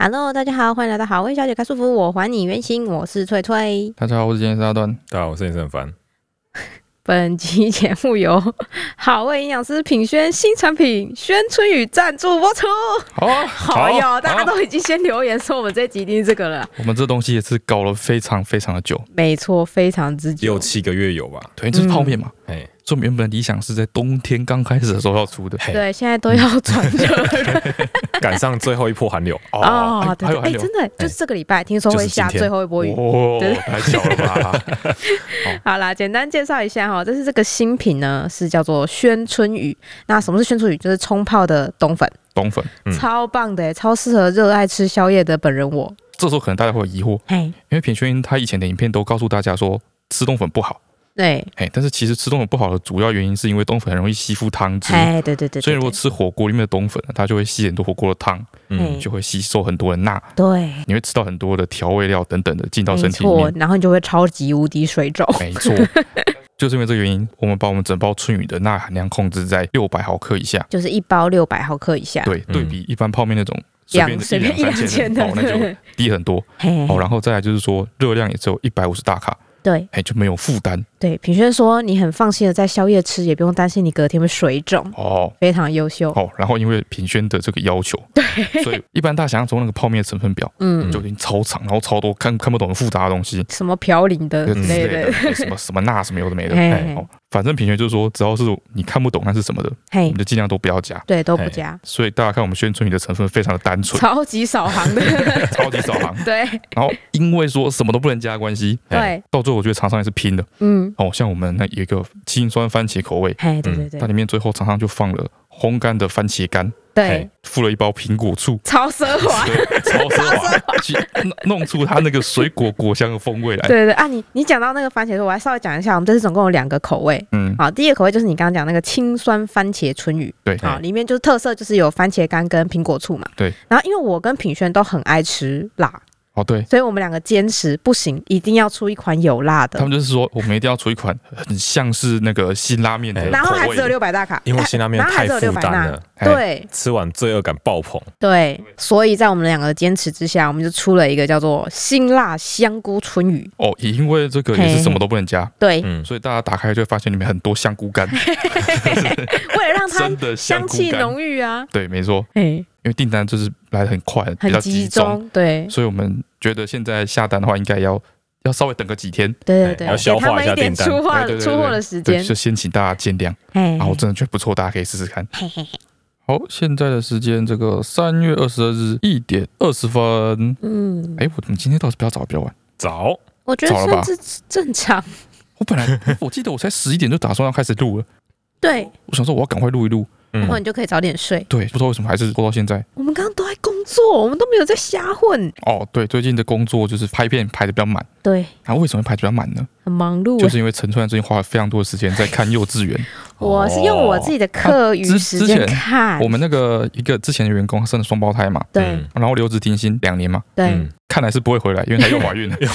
Hello，大家好，欢迎来到好味小姐开束缚，我还你原形，我是翠翠。大家好，我是今天是阿段。大家好，我是林胜凡。本集节目由 好味营养师品轩新产品宣春雨赞助播出。好、啊，好啊哟，大家好啊都已经先留言说我们这集一定是这个了，我们这东西也是搞了非常非常的久。 没错，非常之六久。七个月有吧？对，这是泡面嗯嘛，哎，所以我们原本的理想是在冬天刚开始的时候要出的。对，现在都要转 热了赶上最后一波寒流，哦，对还有对，还哎，有，真的就是这个礼拜，听说就会是今下天最后一波雨。哦对对，太巧了吧？好啦，简单介绍一下哈，这是这个新品呢，是叫做宣春雨。那什么是宣春雨？就是冲泡的冬粉， 冬粉，嗯超棒的耶，欸超适合热爱吃宵夜的本人我。这时候可能大家会有疑惑，嘿，因为品轩他以前的影片都告诉大家说吃冬粉不好，对，哎，但是其实吃冬粉不好的主要原因是因为冬粉很容易吸附汤汁，哎，对对对对，所以如果对吃火锅里面的冬粉，它就会吸很多火锅的汤，嗯就会吸收很多的钠，对，你会吃到很多的调味料等等的进到没身体里面错。，然后你就会超级无敌水 肿。没错，就是因为这个原因，我们把我们整包春雨的钠含量控制在六百毫克以下。就是一包六百毫克以下，对，嗯对比一般泡面那种随便两随便一一两千千的的嗯哦，，那就对低很 多嘿哦。然后再来就是说，热量也只有一百五十大卡，对哎，就没有负担对，品轩说你很放心的在宵夜吃，也不用担心你隔天会水肿，哦。非常优秀。哦，然后因为品轩的这个要 求，对，所以一般大家想象中那个泡面成分表嗯，就已经超长，然后超多看看不懂很复杂的东西什么嘌呤的就之之类类的的，，哎什么什么钠什么有的没呃的，嘿哎，哦，反正品轩就是说，只要是你看不懂那是什么的，我嘿们，就尽量都不要加。对，都不嘿加。所以大家看我们宣春雨的成分非常的单 纯，超级少行的， 超级少行。对然后因为说什么都不能加的关系，对，到最后我觉得厂商也是拼的嗯，哦。像我们那有一个青酸番茄口味，嘿，对对它对里面最后厂商就放了烘干的番茄干，对。嘿，附了一包苹果醋 超奢华，对，超奢华，去弄弄出它那个水果果香的风味来。对对对啊，你你讲到那个番茄醋，我还稍微讲一下，我们这次总共有两个口味。嗯，好，第一个口味就是你刚刚讲那个青酸番茄春雨，对，好，嗯里面就是特色就是有番茄干跟苹果醋嘛。哎对。然后因为我跟品轩都很爱吃辣，哦对，所以我们两个坚持不行，一定要出一款有辣他的们，就是说我们一定要出一款很像是那个辛拉面的哎然后还口只有味。六百大卡，因为辛拉面然后还太只有负600担钠了，哎对，吃完罪恶感爆棚。对，所以在我们两个的坚持之下，我们就出了一个叫做辛辣香菇春雨。哦，也因为这个也是什么都不能加，对，嗯，所以大家打开就会发现里面很多香 菇干，为了让它真的香香菇气干。浓郁啊，对，没错，嘿，因为订单就是来的很快，比很较集中，中。对，所以我们觉得现在下单的话，应该要要稍微等个几天，对对哎对，要消给他化们一下一点订单出货哎对对对对出货的时对，间。就先请大家见谅。哎然后真的觉得不错，大家可以试试看。嘿嘿嘿，好，现在的时间这个三月二十二日一点二十分。嗯，哎，我怎么今天倒是比较早，比较晚？早，我觉得早了吧算是正常。 我本来我记得我才十一点就打算要开始录了，对，我想说我要赶快录一录。然后嗯你就可以早点睡。对，不知道为什么还是拖到现在。我们刚刚都在工作，我们都没有在瞎混。哦，对，最近的工作就是拍片排的比较满。对，然后为什么会排得比较满呢？很忙碌就欸。是因为陈川最近花了非常多的时间在看幼稚园。我是用我自己的课余哦之时之间前看我。们那嗯个一个之前的员工，他生了双胞胎嘛，对然后留职停薪两年嘛，对，看来是不会回来，因为他又怀孕了。对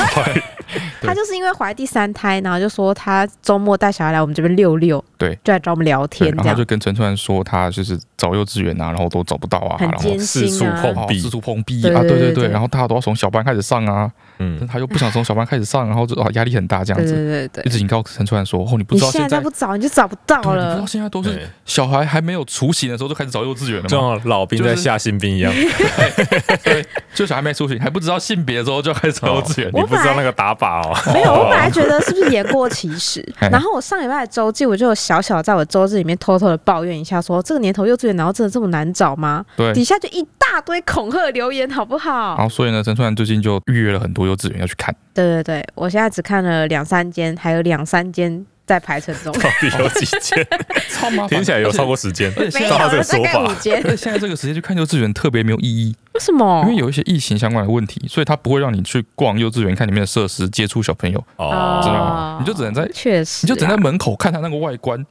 她就是因为怀第三胎，然后就说她周末带小孩来我们这边溜溜，对，就来找我们聊 天对，这然后他样就，跟陈川说，他就是找幼稚园啊，然后都找不到啊，很然后艰四辛处啊。碰哦壁四处碰壁对啊，对对对对对对，然后大家都要从小班开始上啊，但嗯，他又不想从小班开始上，然后就啊压力很大这样对子，对对对一，直警告陈川说，哦，你不你知道现现在在再不找，你就找不到对啊了你不知道。现在都是对，小孩还没有雏形的时候就开始找幼稚园了 就吗？像老兵在下新兵一样，就小孩没雏形，还不知道性别的时候就开始找幼稚园我你不知道那个打靶哦。 没有，我本来觉得是不是言过其实 。嘿然后我上礼拜的周记，我就有小小在我周记里面偷偷的抱怨一下说这个年头幼稚园然后真的这么难找吗？对。哦底下就一大堆恐吓留言，好不好然？后所以呢，陈川最近就预约了很多幼稚园要去看，对对对，我现在只看了两三间，还有两三间在排程 中，到底有几间？超麻烦听起来有超过时间。而且而且没有现在照他了这个大说概法五间 而。且现在这个时间去看幼稚园特别没有意义，为什么哦因？为有一些疫情相关的问题，所以他不会让你去逛幼稚园看里面的设施，接触小朋友，知道哦，吗？你就只能在确实啊，哦你就只能在门口看他那个外观，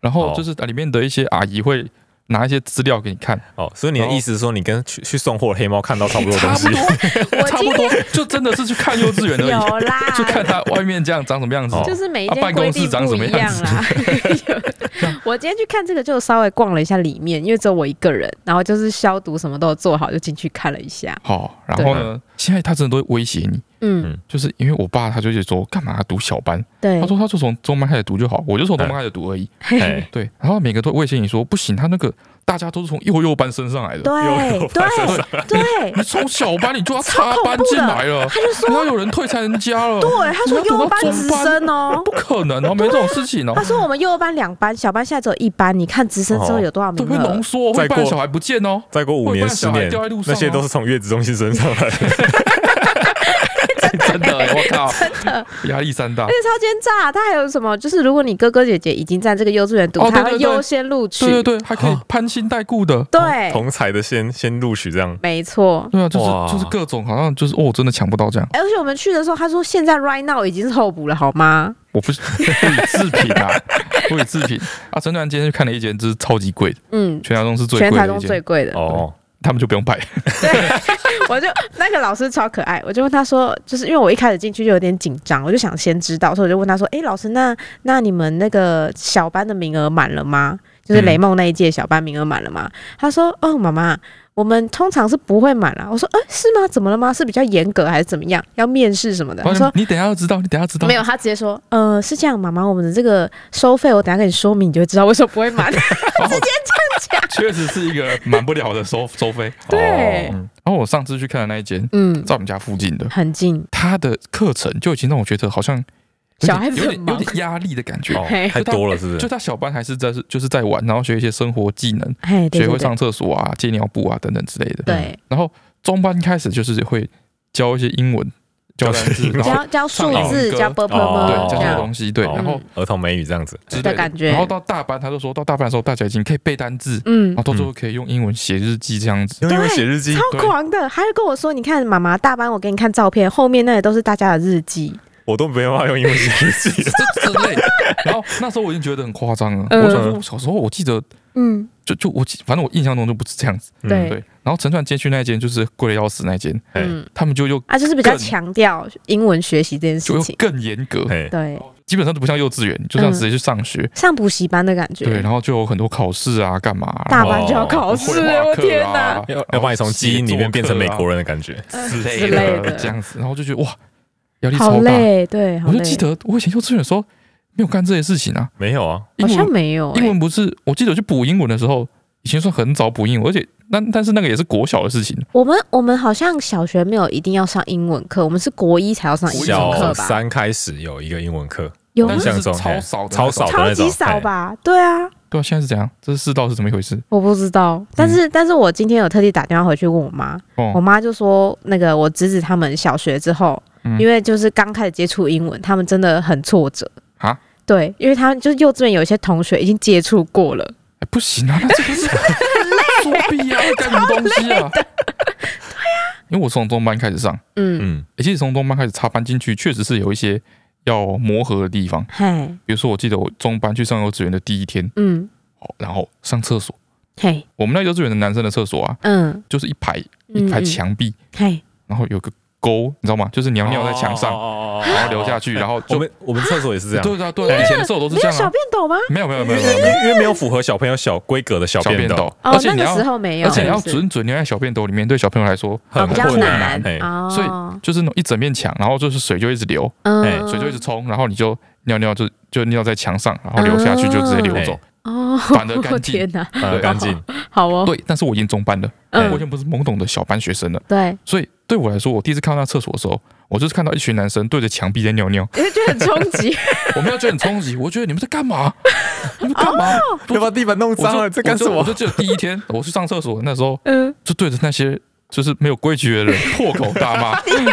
然后就是里面的一些阿姨会拿一些资料给你看，哦，所以你的意思是说，你跟去去送货的黑猫看到差不多的东差西不，多我差今不多就真的是去看幼稚园而天已，有 啦，就看它外面这样长什么样子。哦就是每一啊间办规公定室长不什么一样样子啦。 我今天去看这个，就稍微逛了一下里面，因为只有我一个人，然后就是消毒什么都有做好，就进去看了一下。好，然后呢，现在他真的都会威胁你，嗯，就是因为我爸他就一直说干嘛读小班，对他，说他就从中班开始读就好，我就从中班开始读而已。哎，对，然后每个都威胁你说不行，他那个大家都是从幼幼班升上来的，有有 对对对，你从小班你就 要超插恐班怖进的来了，他就你说要有人退才人家了，对，他说你要幼读到班中直班升哦。不可能哦，没这种事情哦他。说我们幼班两班，小班现在只有一班，你看直升之后有多少哦对，名会浓额？缩，再会半过小孩不见哦。再过五会年不会十小孩年掉在路，上那啊些都是从月子中心升上来的。真的，我靠，压力山大而。且超奸诈，他还有什么？就是如果你哥哥姐姐已经在这个幼稚园读，哦对他对会对优先录取。对对对，还可以啊攀亲带故的。对同才的先先录取这样，没错。对啊，就是哇就是各种，好像就是哦，我真的抢不到这样，而且我们去的时候，他说现在 right now 已经是候补了，好吗？我不是 不以置评啊，不以置评啊。陈团今天去看了一间，就是超级贵的，嗯，全台中是最全贵台的中一最间，贵的。哦，他们就不用排。我就 那个老师超可爱，我就问他说，就是因为我一开始进去就有点紧张，我就想先知道，所以我就问他说，诶，老师，那那你们那个小班的名额满了吗？就是嗯雷梦那一届小班名额满了吗？他说，哦，妈妈，我们通常是不会满啦。我说，诶，是吗？怎么了吗？是比较严格还是怎么样？要面试什么的？他说。你等一下要知道，你等一下知道。没有，他直接说，呃，是这样，妈妈，我们的这个收费，我等一下跟你说明，你就会知道为什么不会 满。直接这样讲，确实是一个满不了的收收费。对哦然后我上次去看的那一间，嗯，在我们家附近的，很近，它的课程就已经让我觉得好像有点小孩子有很点有忙点压力的感觉。哦嘿太多了是不？就是他小班还是在就是在玩，然后学一些生活技能，嘿，对学对会对上厕所啊、借尿布啊等等之类的。对，然后中班开始就是会教一些英文，教单教字，英然文后教教数上字，英歌教 b u r p 对哦教这这些样。东西，对，哦然后儿童美语这样子，之的类感觉然后到大班，他就说到大班的时候，大家已经可以背单字，嗯然后，到最后可以用英文写日记这样子。。用英文写日记，超狂的，他就跟我说：“你看，妈妈大班，我给你看照片，后面那里都是大家的日记。我都没办法用英文写日记这之类， 然后那时候我已经觉得很夸张了。嗯我想说，我小时候我记得，”嗯，就就我记，反正我印象中就不是这样子。嗯对对，然后陈传街区那一间就是贵的要死那一间，哎嗯他们就又啊，就是比较更强调英文学习这件事就哦又情。嗯更严格，哎，对，基本上都不像幼稚园，就像直接去上学。上补习班的感对，觉。然后就有很多考试啊，干嘛、大班就要考试绘画课啊我天哪要要把你从基因里面变成美国人的感觉，啊之之类类的的这样子，然后就觉得哇，压力好超大。累，对，好我就累。记得我以前幼稚园的时候没有干这些事情啊，没有啊？英好像文没有欸英文不是，我记得我去补英文的时候，以前算很早补英文，而且那但是那个也是国小的事情，我们我们好像小学没有一定要上英文课，我们是国一才要上英文小课吧？三开始有一个英文课，有啊吗但？是印象中超嘿少的那超种哎少的超那级种，少嘿？吧？对啊，对啊，现在是怎样？这世道是怎么一回事？我不知道。但是但是我今天有特地打电话回去问我妈，我嗯哦，妈就说，那个我侄子他们小学之后，嗯因为就是刚开始接触英文，他们真的很挫折啊。对，因为他们就是幼稚园有一些同学已经接触过了，哎不行啊，那这个是作弊啊，干什么东 西啊？对啊，因为我从中班开始上。嗯，嗯，欸其实从中班开始插班进去，确实是有一些要磨合的地方。嘿，比如说，我记得我中班去上幼稚园的第一天，嗯，哦，然后上厕所，嘿，我们那幼稚园的男生的厕所啊，嗯，就是一排一嗯排，墙壁，嗯嘿，然后有个沟，你知道吗？就是你要尿在墙上，上然后流下去，然后我就们我们厕所也是这样，哦对啊对啊，以前的厕所都是没这有样小啊，便斗吗？没有没有没有因为没有因没有为因为没有符合小朋友小规格的小小便便斗，斗，而哦，且那你个要时候没有，而且你要是不是准准尿在小便斗里面，对小朋友来说哦很比较困难嘿哦，哎所以就是那种一整面墙，然后就是水就一直流，哎嗯，水就一直冲，然后你就尿尿就就尿在墙上，然后流下去就直接流走。哦，反而干净 天哪，反而对干净，好哦，对，但是我已经中班了，嗯我已经不是懵懂的小班学生了，对，所以对我来说，我第一次看到那厕所的时候，我就是看到一群男生对着墙壁在尿尿，因为就很冲击，我没有觉得很冲击，我觉得你们在干嘛？你 们干嘛？哦要把地板 弄我脏了，就这干什我就我么？就记得第一天 我去上厕所，那时候嗯，就 对着那些就是没有规矩 的人破口大骂，你有病，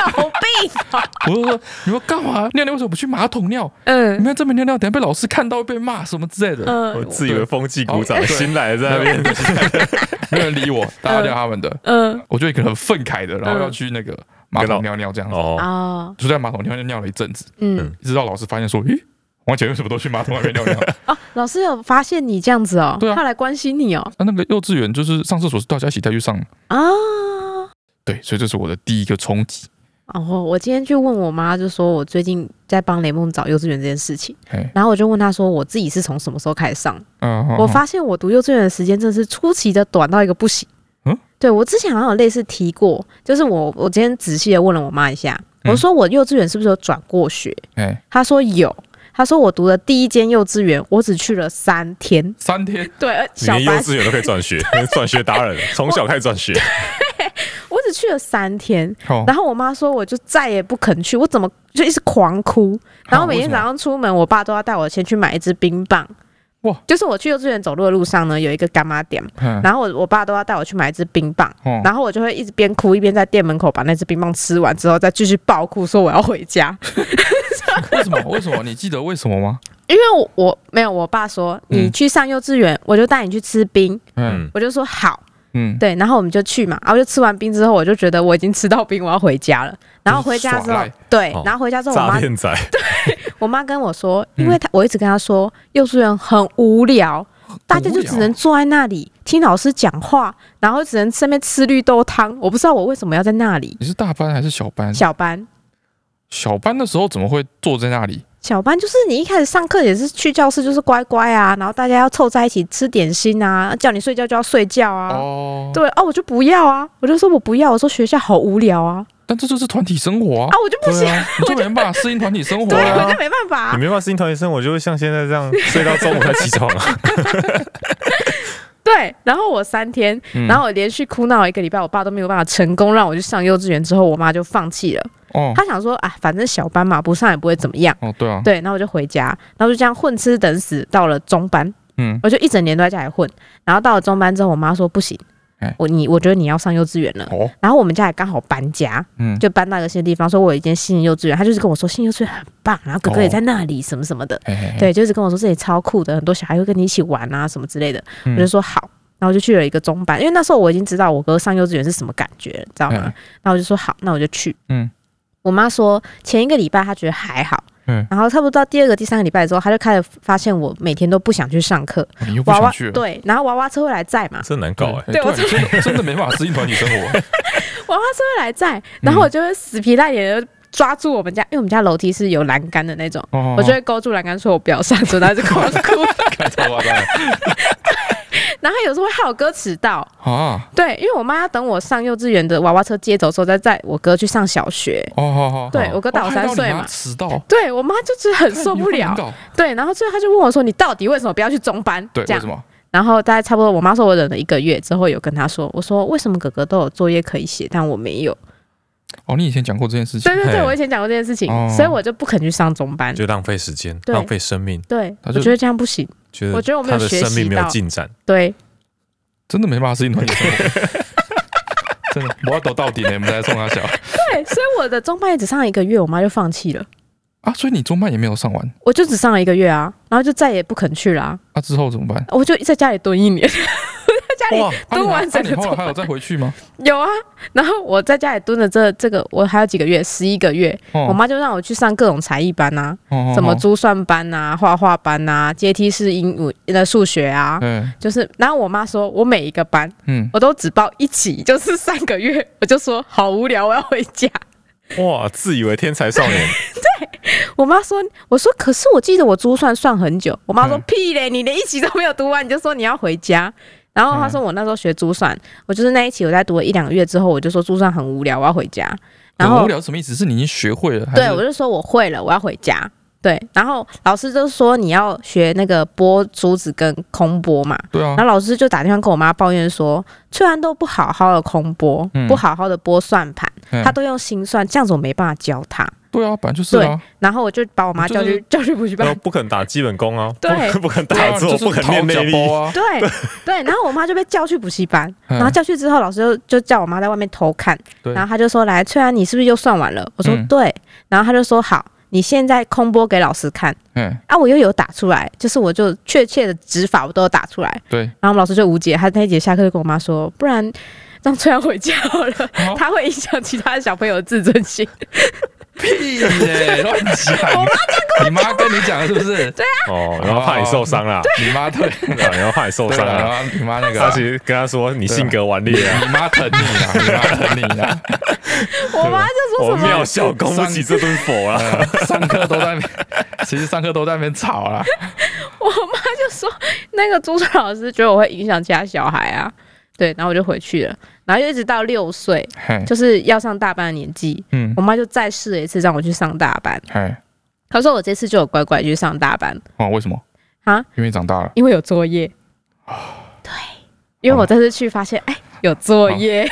哦我就说你们干嘛？尿尿为什么不去马桶尿？你嗯们在这边尿尿，等下被老师看到会被骂什么之类的。我嗯自以为风纪鼓掌哦，对新来的在那没有边人理我没有人理我，大家聊他们的，嗯，我就一个很愤慨的，然后嗯要去那个马跟桶老尿尿这样子。哦，哦，就在马桶尿尿尿了一直一阵子，嗯嗯一直到老师发现说，咦，完全为什么都去马桶外面尿 尿？哦，老师有发现你这样子哦，对啊他来关心你哦，那那个幼稚园就是上厕所是大家一起带去上，啊。对，所以这是我的第一个冲击。哦，我今天去问我妈，就说我最近在帮雷梦找幼稚园这件事情，嘿，然后我就问她说，我自己是从什么时候开始上？嗯，好我发现我读幼稚园的时间真的是出奇的短到一个不行。嗯对我之前好像有类似提过，就是我我今天仔细的问了我妈一下，嗯我说我幼稚园是不是有转过学？好嘿，她说有，她说我读的第一间幼稚园我只去了三天，三天对，而你小连幼班稚园都可以 转学，转学达人，从小开始转学。我只去了三天，好，然后我妈说我就再也不肯去，我怎么就一直狂哭，然后啊每天为什么早上出门，我爸都要带我先去买一支冰棒。哇！就是我去幼稚园走路的路上呢，有一个干妈店，嗯然后我我爸都要带我去买一支冰棒，哦然后我就会一直边哭一边在店门口把那支冰棒吃完之后，再继续暴哭说我要回家，为 什么？为什么？你记得为什么吗？因为我我没有我爸说嗯你去上幼稚园，我就带你去吃冰，嗯嗯，我就说好，嗯，对，然后我们就去嘛，然后就吃完冰之后，我就觉得我已经吃到冰，我要回家了，然后回家之就是后耍赖，对哦，然后回家之后我诈妈啊骗仔，我妈跟我说，嗯因为她我一直跟她说，幼稚园很无聊，大家就只能坐在那里听老师讲话，然后只能在那边吃绿豆汤。我不知道我为什么要在那里。你是大班还是小班？小班，小班的时候怎么会坐在那里？小班就是你一开始上课也是去教室就是乖乖啊，然后大家要凑在一起吃点心啊，叫你睡觉就要睡觉啊。哦，对啊，我就不要啊，我就说我不要，我说学校好无聊啊，但这就是团体生活啊啊，我就不对行，啊，你就没办法适应团体生活 对，啊我。就没办法啊、你没办法适应团体生活，我就会像现在 这样睡到中午才起床啊。对，然后我三天，嗯然后我连续哭闹一个礼拜，我爸都没有办法成功让我去上幼稚园，之后我妈就放弃了。哦她想说啊，反正小班嘛，不上也不会怎么样。哦，对啊，对，然后我就回家，然后就这样混吃等死，到了中班，嗯，我就一整年都在家里混。然后到了中班之后，我妈说不行哎，我你我觉得你要上幼稚园了。哦，然后我们家也刚好搬家，嗯，就搬到一个新的地方，说我有一间新的幼稚园，她就是跟我说新幼稚园很棒，然后哥哥也哦在那里，什么什么的。嘿嘿嘿，对，就是跟我说这里超酷的，很多小孩会跟你一起玩啊什么之类的。嗯我就说好，然后就去了一个中班，因为那时候我已经知道我哥上幼稚园是什么感觉了，你知道吗？嗯然后我就说好，那我就去。嗯，我妈说前一个礼拜她觉得还好，嗯然后差不多到第二个、第三个礼拜之后，她就开始发现我每天都不想去上课，哦你又不娃娃想去了，对，然后娃娃车会来载 嘛，真难搞哎、对我真的真的没办法适应团体生 活。哦娃娃车会来载，然嗯后我就会死皮赖脸的抓住我们家，因为我们家楼梯是有栏杆的那种。哦我就会勾住栏杆说：“我不要上车。”然后就狂 哭，看超夸张然后有时候会害我哥迟到， 啊！对，因为我妈要等我上幼稚园的娃娃车接走之后，再载我哥去上小学。哦哦哦，对我哥大我哦三岁害到你嘛妈迟到，对我妈就是很受不了看你，会难搞对，然后最后她就问我说：“你到底为什么不要去中班？”对，这为样什。么？然后大概差不多，我妈说我忍了一个月之后，有跟她说：“我说为什么哥哥都有作业可以写，但我没有哦，你以前讲过这件事？”情对，对对，嘿我以前讲过这件事情哦，所以我就不肯去上中班。欸就浪费时间，对浪费生命，对，他我就觉得这样不行。觉得我觉得我没他有的学习生命没有到进展，对，真的没办法适应团体生活。 真的，我要抖到底呢，我们再送他小对，所以我的中班也只上了一个月，我妈就放弃了。啊！所以你中班也没有上完，我就只上了一个月啊，然后就再也不肯去啦、那之后怎么办？我就在家里蹲一年。 家里哇，都啊你还完整啊的你后中来班还有再回去 吗？有啊，然后我在家里蹲了这这个，我还有几个月，十一个月，哦我妈就让我去上各种才艺班啊，哦什么珠算班啊、画画班啊、阶梯式英语呃数学啊，嗯就是，然后我妈说我每一个班嗯，我都只报一起，就是三个月， 我就说好无聊，我要回家。 哇，自以为天才少年，我妈说，我说可是我记得我珠算算很久，我妈说嗯屁嘞，你连一期都没有读完，你就说你要回家。然后她嗯说我那时候学珠算，我就是那一期我在读了一两个月之后，我就说珠算很无聊，我要回家。然很后无聊是什么意思？是你已经学会了？还对，是我就说我会了，我要回家。对，然后老师就说你要学那个拨珠子跟空拨嘛，对啊然，后老师就打电话跟我妈抱怨说，翠安都不好好的空拨，嗯不好好的拨算盘，嗯她都用心算，这样子我没办法教她。对啊，本来就是啊，然后我就把我妈叫去、 教育补习然后哦班，不肯打基本功啊，不对不 肯对打啊，坐，就是不肯练内力，包啊， 对对，然后我妈就被叫去补习班，嗯然后叫去之后，老师就就叫我妈在外面偷看，对然后她就说：“来，翠安，你是不是又算完了？”我说：“嗯对。”然后她就说：“好，你现在空拨给老师看。”嗯，啊，我又有打出来，就是我就确切的指法我都有打出来。对，然后我们老师就无解，他那一节下课就跟我妈说，不然让崔阳回家好了，哦他会影响其他的小朋友的自尊心。屁嘞，乱讲！ 你妈跟你讲的是不是？哦，然后怕你受伤啦，你 妈对，啊然后怕你受对伤了，然啦。后你妈那个他啊，其实跟他说你性格顽劣啊，你妈疼你啊，你妈疼你啊，我妈就啊说我什么庙小供不起这尊佛 啊。呃 上课都在那边，其实上课都在那边吵啦。我妈就说那个朱老师觉得我会影响其他小孩啊，对，然后我就回去了，然后就一直到六岁，嘿，就是要上大班的年纪，嗯我，妈就再试了一次让我去上大班，嘿，她说我这次就有乖乖去上大班哦，为什么？啊，因为你长大了。因为有作业，对，因为我这次去发现，哎，有作业，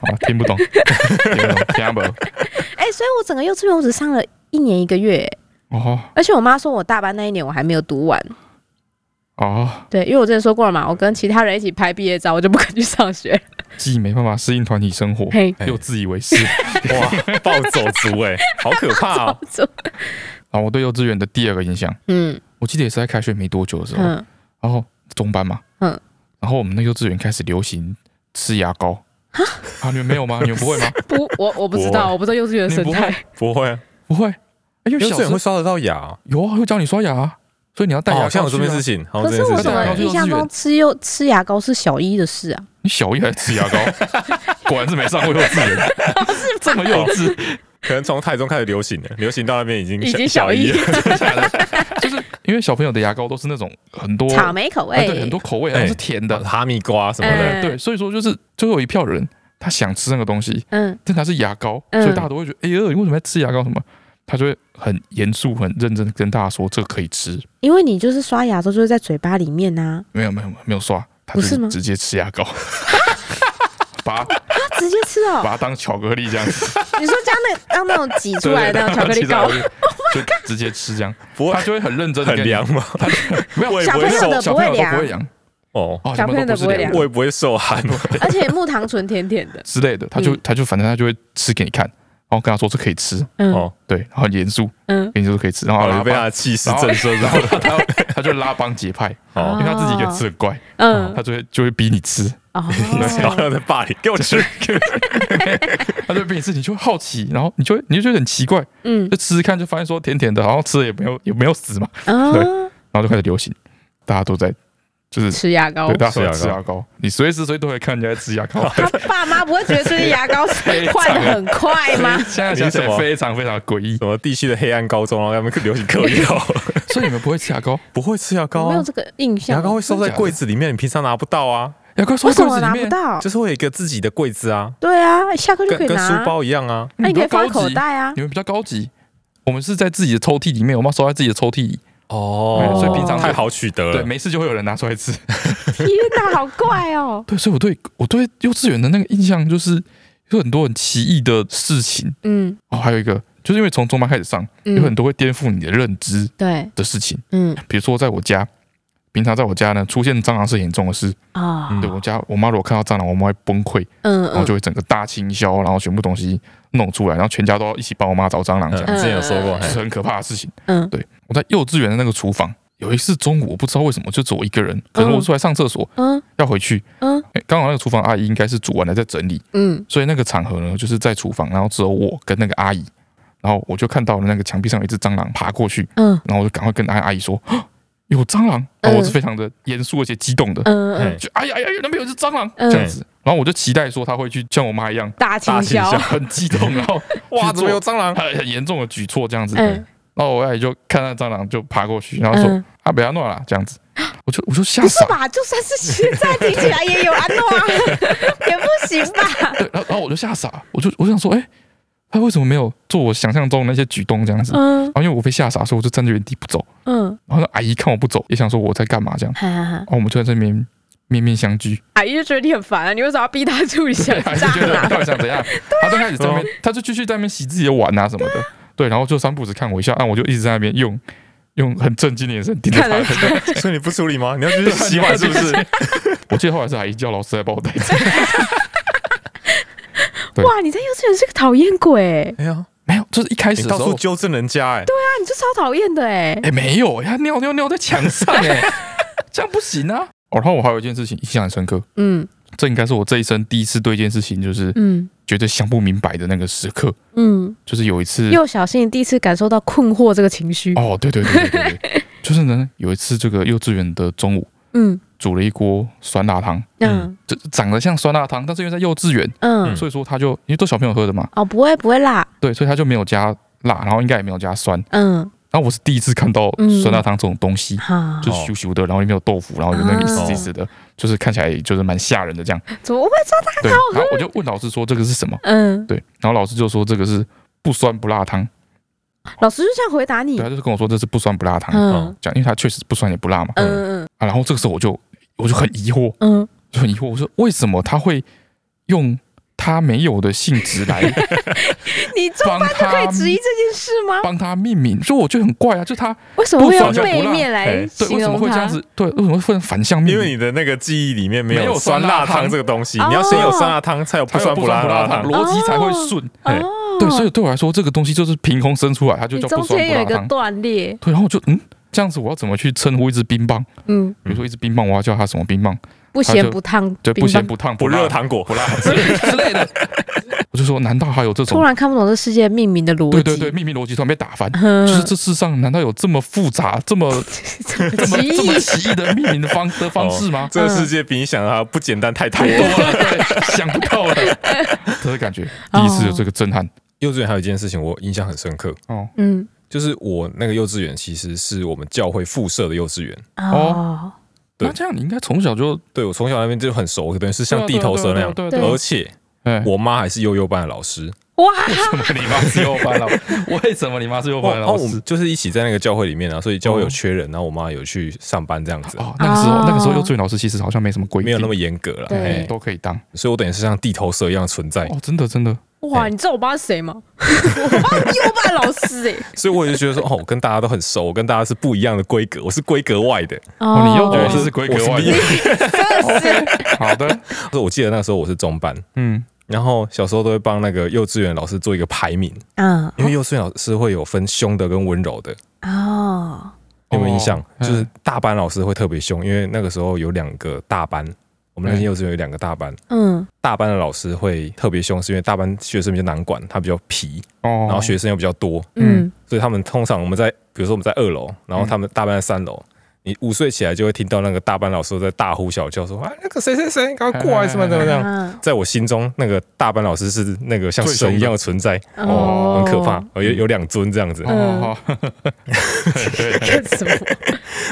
啊，听不 懂，听不懂，听不懂。哎，所以我整个幼稚园我只上了一年一个月，哦而且我妈说我大班那一年我还没有读完，哦，对，因为我之前说过了嘛，我跟其他人一起拍毕业照，我就不肯去上学，既没办法适应团体生活，嘿，又自以为是。哇，暴走族哎、好可怕 哦！然后啊我对幼稚园的第二个印象，嗯我记得也是在开学没多久的时候，嗯，然后中班嘛，嗯，然后我们那幼稚园开始流行吃牙膏啊，你们没有吗？你们不 会吗？不，我我不知道，我不知道幼稚园的生态你，不会啊，不会，哎因为幼小稚时园会候刷得到牙哦、有啊，会教你刷牙啊，所以你要带牙哦膏好去啊。像有这件事情，好可像是为有这件什事对么啊情。印象中吃幼吃牙膏是小一的事啊？你小一还吃牙膏，果然是没上过幼稚园，这么幼稚，可能从台中开始流行的，流行到那边已 经已经小小一了。就是因为小朋友的牙膏都是那种很多 草莓口啊对，味很多，口味，然后是甜的，哈密瓜什么的，嗯对，所以说就是就有一票人他想吃那个东西，嗯，但他是牙膏，嗯所以大家都会觉得，哎呦，你为什么在吃牙膏？什么？他就会很严肃、很认真地跟大家说，这个可以吃，因为你就是刷牙的时候就是在嘴巴里面啊呐，没有没有没有刷，他不就是吗直接吃牙膏，把它啊，直接吃哦把。它当巧克力这样子，你说加那当那种挤出对来的对对那种巧克力膏，就直接吃这样，不他会就会很认真的很凉，吗？没有胃小不朋会友受的小不朋会友都不凉会，凉，哦，哦，小小朋友的都是不会凉凉胃不会受寒吗？而且木糖醇甜甜的，之类的，他就嗯他就反正他就会吃给你看，然后跟他说这可以吃，嗯哦对，然后很严肃嗯，跟你说可以啊吃，然后 哦，拉你被他帮的气势震慑 然到后他他就拉帮结派，因哦，为他自己也吃很怪，嗯他就会就会逼你吃，哦，嗯 然后他在霸凌，给我吃，他就会逼你吃，你就会好奇，然后你就会你就觉得很奇怪，嗯就吃吃看，就发现说甜甜的，然后吃了也没有也没有死嘛，啊，然后就开始流行，大家都在就是吃牙膏对，大家都在吃吃牙牙膏，你随时随地都会看人家在吃牙 膏。他爸妈不会觉得这些牙膏非常换的很快吗？现在想起来非常非常诡异，什么地区的黑暗高中，然后他们流行嗑药，所以你们 不会吃牙膏？不会吃牙膏我没啊有，这个印象牙，膏会收在柜子里面，你平常拿不到啊，牙膏哎收为在什柜么子里拿不面，到？就是会有一个自己的柜子啊，对啊，下课就可跟以跟拿书啊，包一样啊，那你可以比较放在高口级，袋啊你。们比较高级。我们是在自己的抽屉里面，我们要收在自己的抽屉里，哦所以平常太好取得对，了，没事就会有人拿出来吃。天哪，好怪哦！ 对，所以我对我对幼稚园的那个印象就是有很多很奇异的事情嗯哦，还有一个就是因为从中班开始上，有很嗯，多会颠覆你的认知对，的事情，嗯比如说在我家。平常在我家呢，出现蟑螂是很严重的事。啊，对我家，我妈如果看到蟑螂，我妈会崩溃，嗯然后就会整个大清消，然后全部东西弄出来，然后全家都要一起帮我妈找蟑螂，这样、嗯，之前有说过，嗯嘿是很可怕的事情。嗯对，我在幼稚园的那个厨房，有一次中午我不知道为什么就只有我一个人，可能我出来上厕所嗯要回去，嗯诶刚好那个厨房阿姨应该是煮完了在整理，嗯所以那个场合呢就是在厨房，然后只有我跟那个阿姨，然后我就看到了那个墙壁上有一只蟑螂爬过去，嗯然后我就赶快跟阿阿姨说啊有蟑螂，然后我是非常的严肃而且激动的，嗯嗯嘿，就哎呀哎呀那边有一只蟑螂嗯这样子，然后我就期待说她会去像我妈一样。大清消，很激动，然后 哇，去怎么做有蟑螂？很很严重的举措这样子，嗯然后我阿姨就看那蟑螂就爬过去，然后说：“嗯，啊，不要弄啦，这样子。”我就我就吓啊不是傻，吧？就算是现在听起来也有安诺 啊，也不行吧？对，然后然后我就吓傻，我就我想说，哎、他为什么没有做我想象中的那些举动这样子？然嗯后因为我被吓傻，所以我就站在原地不走。嗯，然后那阿姨看我不走，也想说我在干嘛这样。哈哈哈然。后我们就在这边面面相觑，阿姨就觉得你很烦啊，你为什么要逼她处理小对，还是蟑觉得螂？到底想怎啊样？他就开始在那边，啊他就继续在那边洗自己的碗啊什么的，对，然后就三步子看我一下，然后我就一直在那边用用很震惊的眼神盯 着看着他， 所以你不处理吗？你要去啊洗碗是不是？ 我记得后来是阿姨叫老师来帮我带走，对哇，你在幼稚园是个讨厌鬼欸，哎呀，没有，就是一开始你的到时处候，纠正人家哎，那你就超讨厌的哎哎、。没有，他尿尿尿在墙上、 哎，这样不行啊。哦，然后我还有一件事情印象很深刻，嗯这应该是我这一生第一次对一件事情，就是嗯觉得想不明白的那个时刻，嗯，就是有一次，又小新第一次感受到困惑这个情绪，哦，对对对对对 对，就是呢，有一次这个幼稚园的中午嗯煮了一锅酸辣汤，嗯这长得像酸辣汤，但是因为在幼稚园，嗯，所以说他就因为都小朋友喝的嘛，哦，不会不会辣，对，所以他就没有加辣，然后应该也没有加酸。嗯，然后我是第一次看到嗯酸辣汤这种东西，好，就是咻咻的，然后里面有豆腐，然后有啊那个一丝一丝的，就是看起来就是蛮吓人的这样。怎么会这样？对，然后我就问老师说这个是什么？嗯，对，然后老师就说这个是不酸不辣汤，老师就这样回答你对，他，就是跟我说这是不酸不辣汤，嗯讲因为它确实不酸也不辣嘛。嗯嗯啊，然后这个时候我就我就很疑惑，嗯，就很疑惑，我说为什么他会用他没有的性质来 你这帮么可他以质疑这件事吗？帮他命名？所以我就很怪啊，就他为什么会不用爽就不辣背面来哎对形为什么容会这它样？子？对，为什么会分反向命因为名？你的那个记忆里面没没有有酸酸辣辣汤啊汤这个东西，哦你要先有酸辣汤，才有不才有酸不辣酸不辣汤，汤。逻辑才会顺。哎哦，对，所以对我来说，这个东西就是凭空生出来，它就你叫中不酸间不有辣一个汤。断裂，对，然后我就嗯，这样子我要怎么去称呼一只冰棒？嗯，比如说一只冰棒，我要叫它什么冰棒？不它咸就不烫，对，冰不咸棒。不烫不辣热糖果，不辣之类之类的。我就说，难道还有 这突种？然看不懂这世界命名的逻辑，对对对，秘密逻辑突然被打翻。嗯， 就是这世上难道有这么复杂、这么这么奇异这么奇异的命名的方的方式 吗？这个世界比你想的还要不简单太多太多了。了，对，想不 到了，这个感觉，第一次有这个震撼幼稚园还有一件事情我印象很深刻，哦。嗯就是我那个幼稚园其实是我们教会附设的幼稚园，哦，对那这样你应该从小就对我从小那边就很熟，等于是像地头蛇那样，对对而且哎，我妈还是幼幼班的老师，哇，为什么你妈是幼班 老？为什么你妈是幼班然后老我师们？就是一起在那个教会里面啊，所以教会哦有缺人，然后我妈有去上班这样子，哦，那个时候哦那个时候幼稚园老师其实好像没什么规定，没有那么严格了，对哎哎都可以当所以我等于是像地头蛇一样存在，哦，真的真的哇，哎你知道我爸是 谁吗？我爸是幼班老师哎、所以我就觉得 说，哦，我跟大家都很熟，我跟大家是不一样的规格，我是规格外的，哦，你又觉得我你是是规格我外是的例，好的，所以我记得那时候我是中班，嗯，然后小时候都会帮那个幼稚园老师做一个排名，啊嗯因为幼稚园老师会有分凶的跟温柔的，哦，有没有印象？哦就是大班老师会特别凶，因为那个时候有两个大班，我们那间幼稚园有两个大班，嗯大班的老师会特别凶，是因为大班学生比较难管，他比较皮，哦，然后学生又比较多，嗯嗯所以他们通常我们在，比如说我们在二楼，然后他们大班在三楼。你午睡起来就会听到那个大班老师在大呼小叫说啊，那个谁谁谁，赶快过来，什么怎么这样？嗯在我心中，那个大班老师是那个像神一样的存在，哦很可怕，有有两尊这样子。嗯哦，好， 好对对干什么？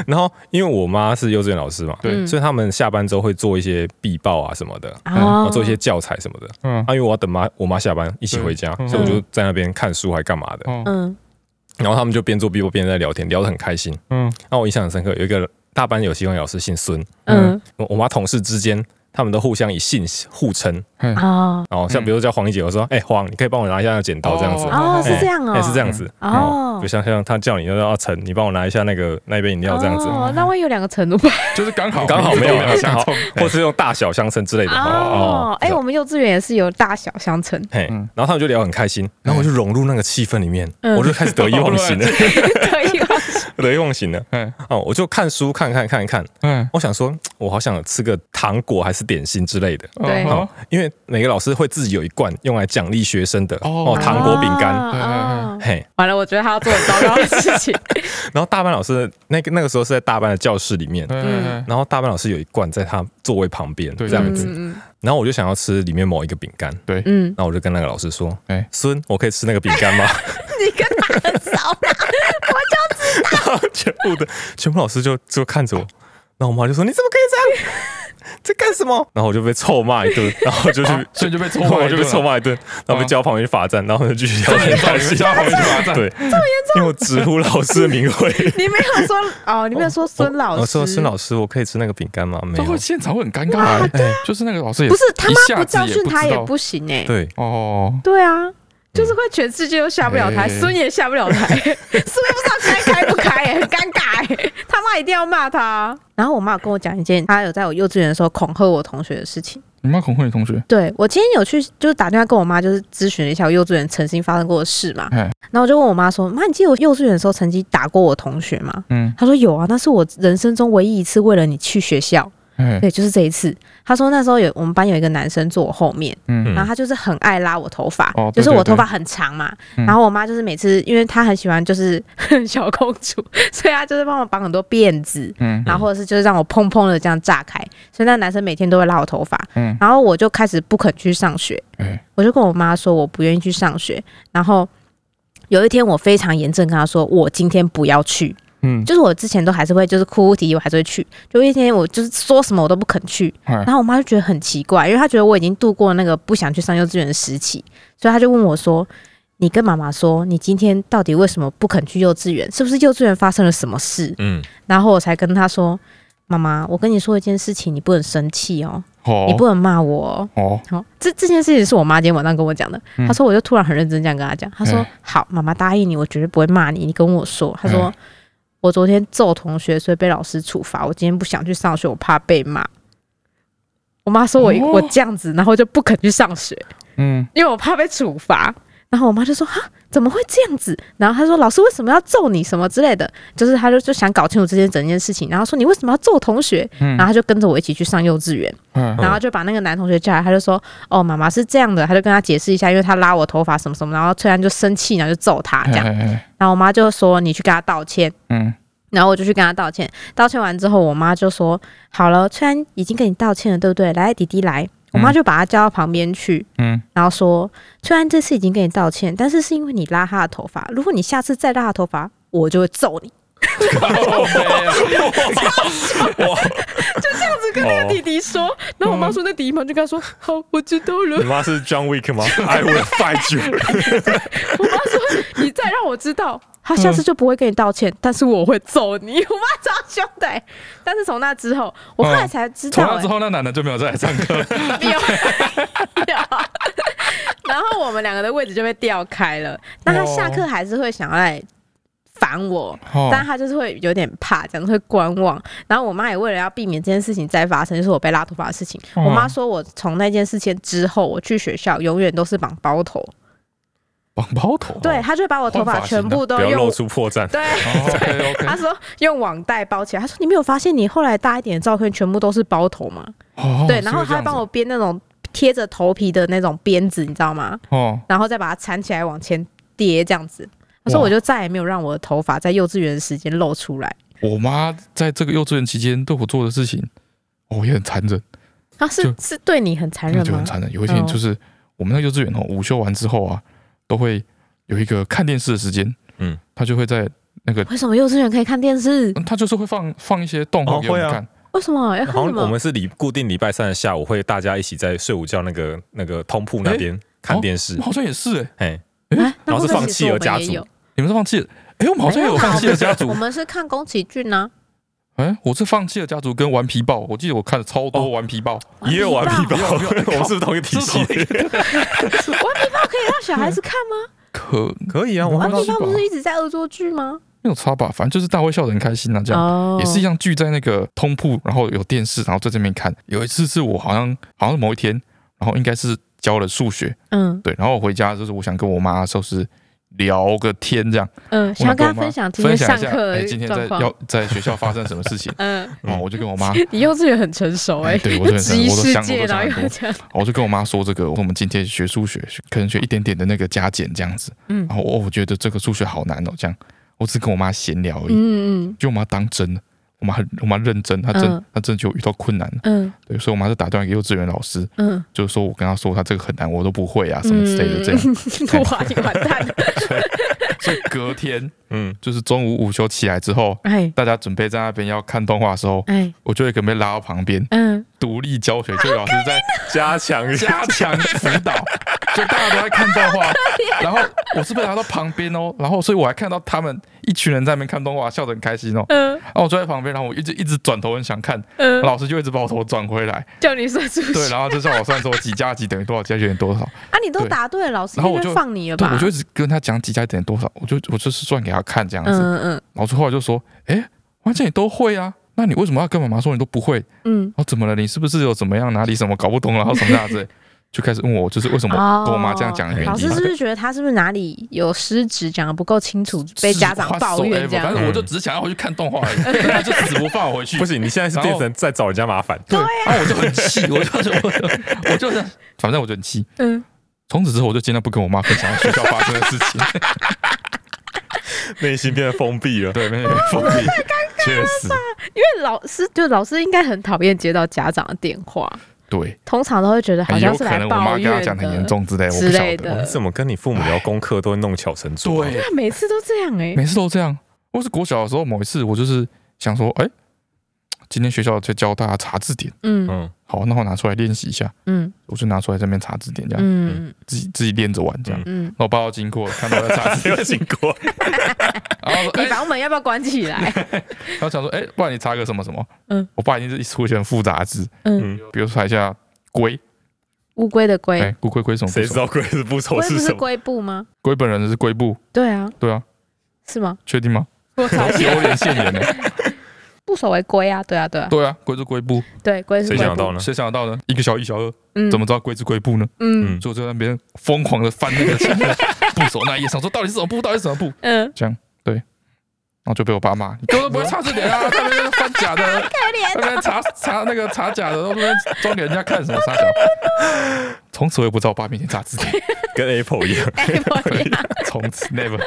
然后因为我妈是幼稚园老师嘛，对，嗯所以他们下班之后会做一些必报啊什么的，然哦后做一些教材什么的。嗯，啊，因为我要等妈我妈下班一起回家对，嗯所以我就在那边看书还干嘛的。哦，嗯然后他们就边做必报边在聊天，聊得很开心。嗯，那我印象很深刻，有一个大班有希望老师姓孙，嗯我我妈同事之间他们都互相以姓互称。嗯哦然后像比如说叫黄姐，我说哎、黄，你可以帮我拿一下那个剪刀这样子。哦，哦是这样哦，哎、是这样子哦就像像他叫你，就说啊陈，你帮我拿一下那个那杯饮料这样子，哦，那万一有两个程度吧？就是刚好刚好没有两相冲，或是用大小相称之类的。哦，哎，这我种们幼稚园也是有大小相乘， 嘿嗯，然后他们就聊得很开心，然后我就融入那个气氛里面，嗯我就开始得意忘形了，可以吗？得意忘形了。嗯哦，我就看书看看看看，嗯，我想说，我好想吃个糖果还是点心之类的。对哦哦，因为每个老师会自己有一罐用来奖励学生的哦哦，糖果饼干，嗯哦。嘿，完了，我觉得他要做很糟糕的事情。然后大班老师那个那个时候是在大班的教室里面，嗯嗯然后大班老师有一罐在他座位旁边，对 这样子。嗯然后我就想要吃里面某一个饼干， 嗯，那我就跟那个老师说哎：“孙，我可以吃那个饼干吗 你跟他很熟吗？？”全部的全部老师就就看着我，然后我妈就说：“你怎么可以这样？在干什么？”然后我就被臭骂一顿，然后我就去啊，所以你就被臭骂一顿我就被臭骂一顿，然后被叫到旁边去罚站，然后就继续聊天开你们心。家回去罚站，对，因为我直呼老师的名讳。 你没有说哦，你没有说孙老师，我说孙老师，我可以吃那个饼干吗？没这有会。现场会很尴尬欸，就是那个老师也啊不是他一妈下不子教训他知也道不行哎。对，哦，对啊，就是会全世界都下不了台，哎孙、也下不了 台，孙也不知道该开不开、哎，很尴尬、哎，他妈一定要骂他。然后我妈有跟我讲一件，她有在我幼稚园的时候恐吓我同学的事情。你妈恐吓你同学，对我今天有去，就是打电话跟我妈，就是咨询了一下我幼稚园曾经发生过的事嘛。哎，然后我就问我妈说：“妈，你记得我幼稚园的时候曾经打过我同学吗？”嗯，她说：“有啊，那是我人生中唯一一次为了你去学校。”哎，对，就是这一次。他说那时候有我们班有一个男生坐我后面，嗯然后他就是很爱拉我头发，哦对就是对我头对发很长嘛。嗯然后我妈就是每次，因为她很喜欢就是 小公主，所以她就是帮我绑很多辫子，嗯然后或者是就是让我砰砰的这样炸开。所以那男生每天都会拉我头发，嗯，然后我就开始不肯去上学，哎，我就跟我妈说我不愿意去上学。然后有一天我非常严正跟她说，我今天不要去。嗯，就是我之前都还是会，就是哭哭啼啼，我还是会去。就一天我就是说什么我都不肯去，哎然后我妈就觉得很奇怪，因为她觉得我已经度过那个不想去上幼稚园的时期，所以她就问我说：“你跟妈妈说，你今天到底为什么不肯去幼稚园？是不是幼稚园发生了什么事嗯，？”然后我才跟她说：“妈妈，我跟你说一件事情，你不能生气哦，你哦不能骂我哦。”哦，好，这这件事情是我妈今天晚上跟我讲的。嗯她说，我就突然很认真这样跟她讲。她说嗯：“好，妈妈答应你，我绝对不会骂你。你跟我说。”她嗯说：“我昨天揍同学，所以被老师处罚。我今天不想去上学，我怕被骂。”我妈说我、哦我这样子，然后就不肯去上学，嗯因为我怕被处罚。然后我妈就说：“哈，怎么会这样子？”然后她说：“老师为什么要揍你？什么之类的。”就是她就就想搞清楚这件整件事情，然后说：“你为什么要揍同学？”嗯，然后她就跟着我一起去上幼稚园。嗯然后就把那个男同学叫来，他就说：“哦，妈妈是这样的。”他就跟他解释一下，因为他拉我头发什么什么，然后翠安就生气，然后就揍他这样。哎哎哎然后我妈就说：“你去跟他道歉。嗯”然后我就去跟他道歉。道歉完之后，我妈就说：“好了，翠安已经跟你道歉了，对不对？来，弟弟来。”我妈就把他叫到旁边去，嗯然后说：“翠安这次已经跟你道歉，但是是因为你拉他的头发，如果你下次再拉他的头发，我就会揍 你。”哇，就跟那个弟弟说，然后我妈说：“那弟弟嘛就跟他说：‘好，我知道了。’你妈是 John Wick 吗 ？I will fight you。我妈说：“你再让我知道，她下次就不会跟你道歉，但是我会揍你。”我妈超凶的、欸但是从那之后，我后来才知从道、那欸之后，那男的就没有再来上课了。没有，没有。然后我们两个的位置就被调开了。那她下课还是会想要来烦我， 哦但她就是会有点怕，这样会观望。然后我妈也为了要避免这件事情再发生，就是我被拉头发的事情，哦我妈说我从那件事情之后，我去学校永远都是绑包头，哦绑包头，啊对，她就会把我头换发发型啊全部都不要用露出破 绽。对。 ，OK OK，他说用网袋包起来。他说你没有发现你后来大一点的照片全部都是包头吗？哦对，然后他还帮我，编那种贴着头皮的那种鞭子，你知道吗？是这样子哦，然后再把它缠起来往前叠这样子。他说哇我就再也没有让我的头发在幼稚园的时间露出来。我妈在这个幼稚园期间对我做的事情，哦，也很残忍，他啊是就是对你很残真忍的就吗很？残忍。有一天哦就是我们那个幼稚园哦，午休完之后啊，都会有一个看电视的时间，嗯，他就会在那个，为什么幼稚园可以看电视？他就是会放放一些动画哦给我会们啊看，为什么要看好什像我么？们是礼固定礼拜三的下午会大家一起在睡午觉那个那个通铺那边看电视，好像也是哎，哎，哎那然后会是不会放其弃实我儿家们也族有？你们是放弃了？哎，我们好像也有没有啦啊放弃了家我族，们是看宫崎骏啊 呢，哎，我是放弃了家族跟顽皮豹，我记得我看了超多顽皮豹，也有玩皮皮 包，我们是不是同一个体系？豹可以让小孩子看吗？ 可 可以啊，我我玩顽看到皮皮豹豹不是一直在恶作剧吗？没有差吧，反正就是大家会笑得很开心啊，这样。哦也是一样聚在那个通铺，然后有电视，然后在这边看。有一次是我好像好像某一天，然后应该是教了数学，嗯对，然后我回家就是我想跟我妈就是聊个天这样，嗯，我想要跟跟他我妈分享今分天享上一下，课哎，的今天在状况。，要在学校发生什么事情 嗯，然后我就跟我妈， 你幼稚园很成熟哎、哎对我真的质 很疑我都世想我界，都然后想很又多 这样，哦我就跟我妈说这个，我说我们今天学数学，可能学一点点的那个加减这样子，嗯然后哦，我觉得这个数学好难哦，这样，我只跟我妈闲聊而已，嗯就我妈当真了，我妈很我妈认真，她真嗯她真的就遇到困难了，嗯对，所以我妈就打电话给幼稚园老师，嗯嗯，就是说我跟他说他这个很难，我都不会啊，什么之类的 这样。嗯哇，你完蛋 了，所以隔天嗯，就是中午午休起来之后，哎大家准备在那边要看动画的时候，哎我就会准备拉到旁边嗯，独立教学，就老师在加强一下加强辅导， 就大家都在看动画，然后我是被拉到旁边哦，然后所以我还看到他们一群人在那边看动画，笑得很开心哦。嗯然后我坐在旁边，然后我一直一直转头很想看，嗯，老师就一直把我头转回来，叫你算数 对，啊学然后就叫我算说几加几等于多少，几加几等于多少。啊，你都对答对了，老师然后应我该就放你了对，吧？我就一直跟他讲几加点多少，我就我就是算给他看这样子。嗯嗯老师后来就说：“哎，关键你都会啊，那你为什么要跟妈妈说你都不会？嗯哦，怎么了？你是不是有怎么样哪里什么搞不懂了，然后什么样子？” 就开始问我，就是为什么哦，跟我妈这样讲的原因。老师是不是觉得他是不是哪里有失职，讲的不够清楚，被家长抱怨这 whatsoever，反样？哎正我就只是想要回去看动画 而已，他就死不放我回去。 嗯不行，你现在是变成在找人家麻烦。对，啊然后我就很气，我就是我我就是，反正我就很气。嗯，从此之后，我就尽量不跟我妈分享在学校发生的事情。内心变得封闭了。对，没有封 闭，确实，因为老师就老师应该很讨厌接到家长的电话，对，通常都会觉得好很哎有像是可来能我妈抱跟她怨讲的很严重之哎类，我不之晓类得。的哦你。怎么跟你父母聊功课都会弄巧成拙啊？对，那每次都这样哎、每次都这样。我是国小的时候，某一次我就是想说，哎、今天学校在教大家查字典，嗯嗯，好，那我拿出来练习一下，嗯我就拿出来这边查字典，这样、嗯自己自己练着玩，这样。嗯嗯，那我爸要经过，看到我在查字典，有经过，然后说，你哎、房门要不要关起来？然后想说，哎、不然你查个什么什么？嗯，我爸已经是一出现复杂的字，嗯，比如说查一下龟，乌龟的哎、龟，龟龟龟什么？谁知？道龟是不丑龟不是是什么？龟步吗？龟本人是龟部，对啊，对啊，是吗？确定吗？ 我操，丢脸现眼呢？不所谓龟啊，对啊，对啊，对啊，龟是龟部，对，龟是谁龟想得步到呢？谁想得到呢？一个小一小二，嗯怎么知道龟是龟部呢？嗯嗯所以我就在那边疯狂的翻那个部首那一页，想说到底是什么部，到底是什么部，然嗯，后就被我爸骂，你根本不会查字典啊，在那边翻假的，在那边查查那个查假的，在那边装给人家看什么傻小。从此我也不知道我爸面前查字典，跟 Apple 一样， 哎我呀，从此 never，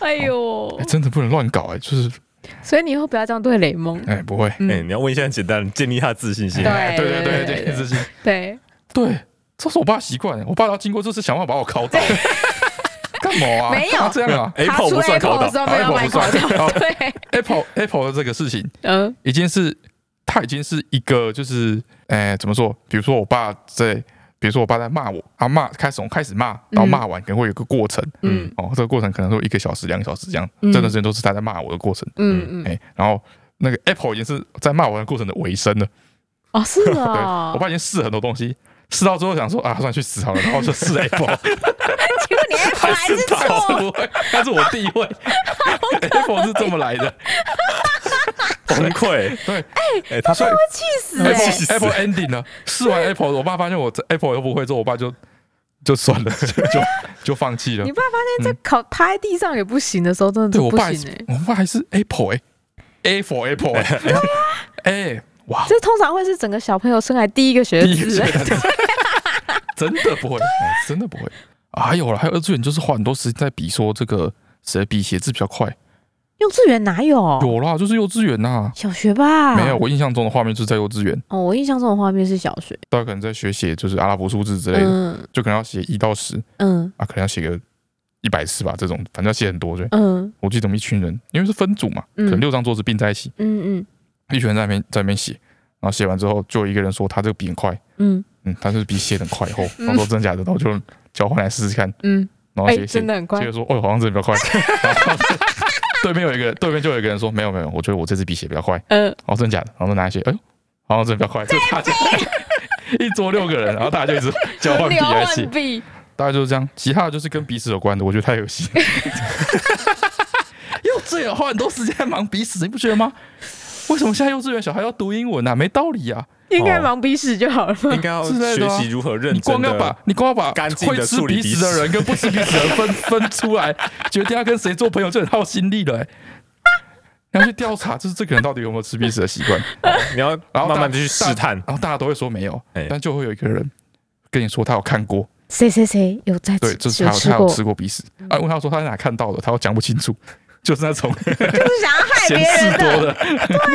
哎呦哎，真的不能乱搞哎，就是 所以你以后不要这样对雷蒙。哎不会，嗯哎，你要问一下简单，建立他的自信心。对哎对对对对对，自信，对，对，这是我爸习惯，我爸要经过就是想办法把我考倒，干嘛啊？没有干嘛这样啊他 Apple 出不算 Apple 考的时倒，候没有买口罩， Apple 不对， ？Apple Apple 的这个事情。嗯已经是他已经是一个就是，哎、怎么说？比如说我爸在，比如说我爸在骂我，啊骂开始从开始骂到嗯骂完，可能会有一个过程，嗯哦，这个过程可能会有一个小时、两个小时这样，嗯这段时间都是他在骂我的过程，嗯哎、嗯，然后。那个 Apple 已经是在骂我的过程的尾声了，哦是 对，我哦，爸已经试很多东西，试到最后想说啊，算了去死好了，然后就试 Apple，结果你 Apple 还是但是错，我但是我弟 会 Apple 是这么来的，崩溃。对，哎，他说气死哎 Apple 气 死 Apple ending 了，试完 Apple，我爸发现我这 Apple 又不会做，我爸就就算了， 就就就放弃了你。爸发现这考趴在地上也不行的时候，真的嗯对是我不爸还行是哎。我爸还是 Apple 哎、a for Apple 哎、 哎哇，这通常会是整个小朋友生来第一个学欸第一个子学，的 真的不会，哎真的不会。啊还有了，还有二次元就是花很多时间在比说这个谁比写字比较快，幼稚园哪有？有啦，就是幼稚园呐、小学吧？没有，我印象中的画面就是在幼稚园，哦，我印象中的画面是小学。大家可能在学写就是阿拉伯数字之类的，嗯就可能要写一到十嗯啊，可能要写个一百次吧，这种反正要写很多对。嗯我记得我们一群人，因为是分组嘛，嗯可能六张桌子并在一起，嗯嗯一群人在那边在那边写，然后写完之后，就有一个人说他这个笔很快，嗯嗯，他这个笔写的快后，嗯我说真的假的，然后就交换来试试看，嗯，然后哎，写写，真的很快接。着说哦，好像真 的比较快。然后对面有一个，对面就有一个人说没有没有，我觉得我这支笔写比较快，嗯，哦，真的假的，然后就拿来写，哎呦，好像真的比较快，就大家 一桌六个人，然后大家就一直交换笔流来写万，币，大概就是这样。其他的就是跟彼此有关的，我觉得太恶 心。幼稚园花很多时间在忙彼此，你不觉得吗？为什么现在幼稚园小孩要读英文啊？没道理啊！应该忙鼻屎就好了。应该要之类的学啊习如何认你光真要把的。你光要把干净地会吃处理彼彼此此的人跟不吃彼此的人分分出来，决定要跟谁做朋友，就很耗心力了、欸。你要去调查，就是这个人到底有没有吃彼此的习惯，你要然后慢慢大的去试探大，然后大家都会说没有哎，但就会有一个人跟你说他有看过，谁谁谁有在对，吃？就是有他有吃他有过，吃过鼻屎啊，问他说他在哪看到的，他又讲不清楚，就是那种就是想要害嫌事多。 的，啊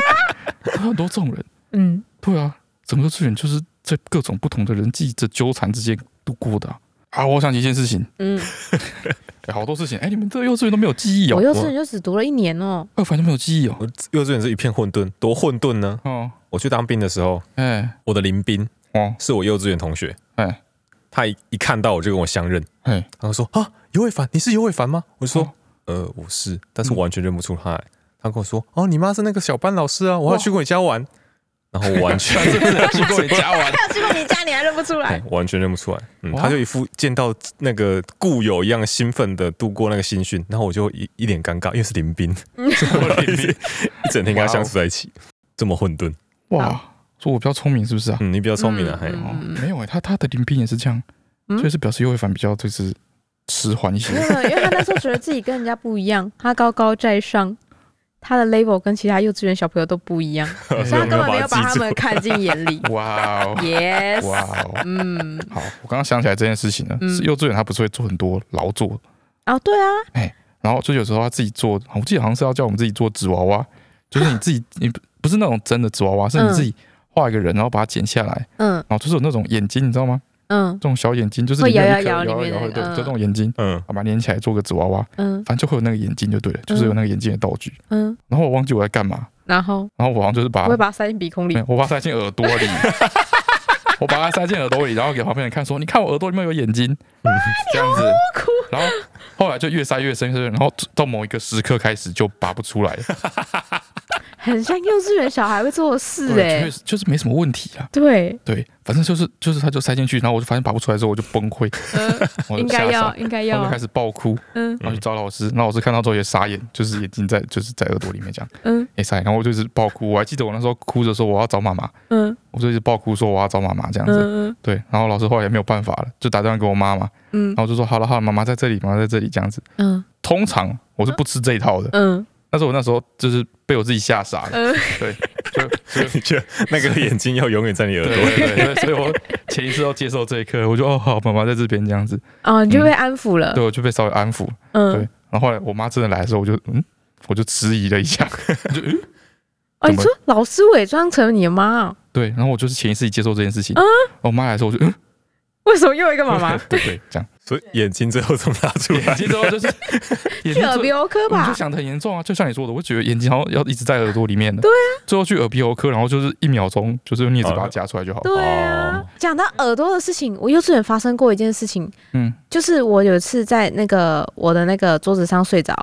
很多这种人，嗯，对啊，整个资源就是在各种不同的人际的纠缠之间度过的啊。啊我想起一件事情，嗯，哎，好多事情，哎，你们这个幼稚园都没有记忆哦我，幼稚园就只读了一年哦。二凡都没有记忆哦，我幼稚园是一片混沌，多混沌呢！哦，我去当兵的时候，哎，我的林兵哦，是我幼稚园同学，哎，他一一看到我就跟我相认， 哎，然后说啊，尤伟凡，你是尤伟凡吗？我就说、哦呃，我是，但是我完全认不出他来。他跟我说哦，你妈是那个小班老师啊，我还哇去过你 家玩，然后我完全他是不是经过你家 玩？他有去过你家，你还认不出 哎来？我完全认不出来，嗯，哇他就一副见到那个故友一样兴奋的度过那个新训，然后我就一一脸尴尬，因为是 林兵，我的天哦一整天跟他相处在一起，这么混沌，哇，说我比较聪明是不是啊？嗯，你比较聪明啊，还嗯哦，没有哎、他他的林斌也是这样，嗯所以是表示尤伟凡比较就是迟缓一些没。有，没有因为他那时候觉得自己跟人家不一样，他高高在上，他的 level 跟其他幼稚园小朋友都不 一样，哎。所以他根本没没有有把把他他记住们看进眼里 哇哦， yes，哇哦！嗯，好，我刚刚想起来这件事情呢，嗯是幼稚园他不是会做很多劳作，哦，对啊，然后就有时候他自己做，我记得好像是要叫我们自己做纸娃 娃，就是你自己，你不是那种真的纸娃娃，是你自己画一个人，然后把它剪下来，嗯然后就是有那种眼睛，你知道吗？嗯这种小眼睛就是会里面有一颗摇摇摇摇里面摇，的对，嗯就这种眼睛，嗯，把它连起来做个纸娃娃，嗯反正就会有那个眼睛就对了，就是有那个眼睛的道具。嗯，然后我忘记我在干嘛，然后然后我好像就是把我会把它塞进鼻孔里没。有我把它塞进耳朵里，我把它塞进耳朵里，然后给旁边人看说：“你看我耳朵里面有眼睛。”嗯这样子，然后后来就越塞越深，越塞越深然后到某一个时刻开始就拔不出来了， 很像幼稚园小孩会做的事对，哎、就是就是没什么问题啊。对，对，反正就是就是他就塞进去，然后我就发现拔不出来之后我就崩溃，呃，我应就该吓要，傻，应该然后要就开，始爆哭，嗯然后去找老师，那老师看到之后也傻眼，就是眼睛在就是在耳朵里面这样嗯也傻眼，然后我就是爆哭，我还记得我那时候哭着说我要找妈妈，嗯我就一直爆哭说我要找妈妈这样子，嗯对，然后老师后来也没有办法了，就打电话给我妈妈，嗯然后我就说好了好了，妈妈在这里，妈妈在这里这样子。嗯通常我是不吃这一套的，嗯但是我那时候就是被我自己吓傻了，嗯，对，就就 你觉得那个眼睛要永远在你耳对朵？对对，所以我潜意识要接受这一刻，我就哦好，妈妈在这边这样子，哦，你就被安抚了嗯对，，我就被稍微安抚，对嗯，。然后后来我妈真的来的时候，我就嗯，我就迟疑了一 下，就嗯哦，你怎么说老师伪装成你的妈、哦，对，然后我就是潜意识里接受这件事情。嗯我妈来的时候，我就嗯，为什么又一个妈 ？妈对对，这样。所以眼睛最后怎么拉出来眼睛之后的？就是 去眼睛之耳后鼻喉科我就吧，想的很严重啊，就像你说的，我觉得眼睛好像要一直在耳朵里面的。对啊，最后去耳鼻喉科，然后就是一秒钟，就是用镊子把它夹出来就好哦了。对啊。讲到耳朵的事情，我幼稚园发生过一件事情，嗯，就是我有一次在那个我的那个桌子上睡着，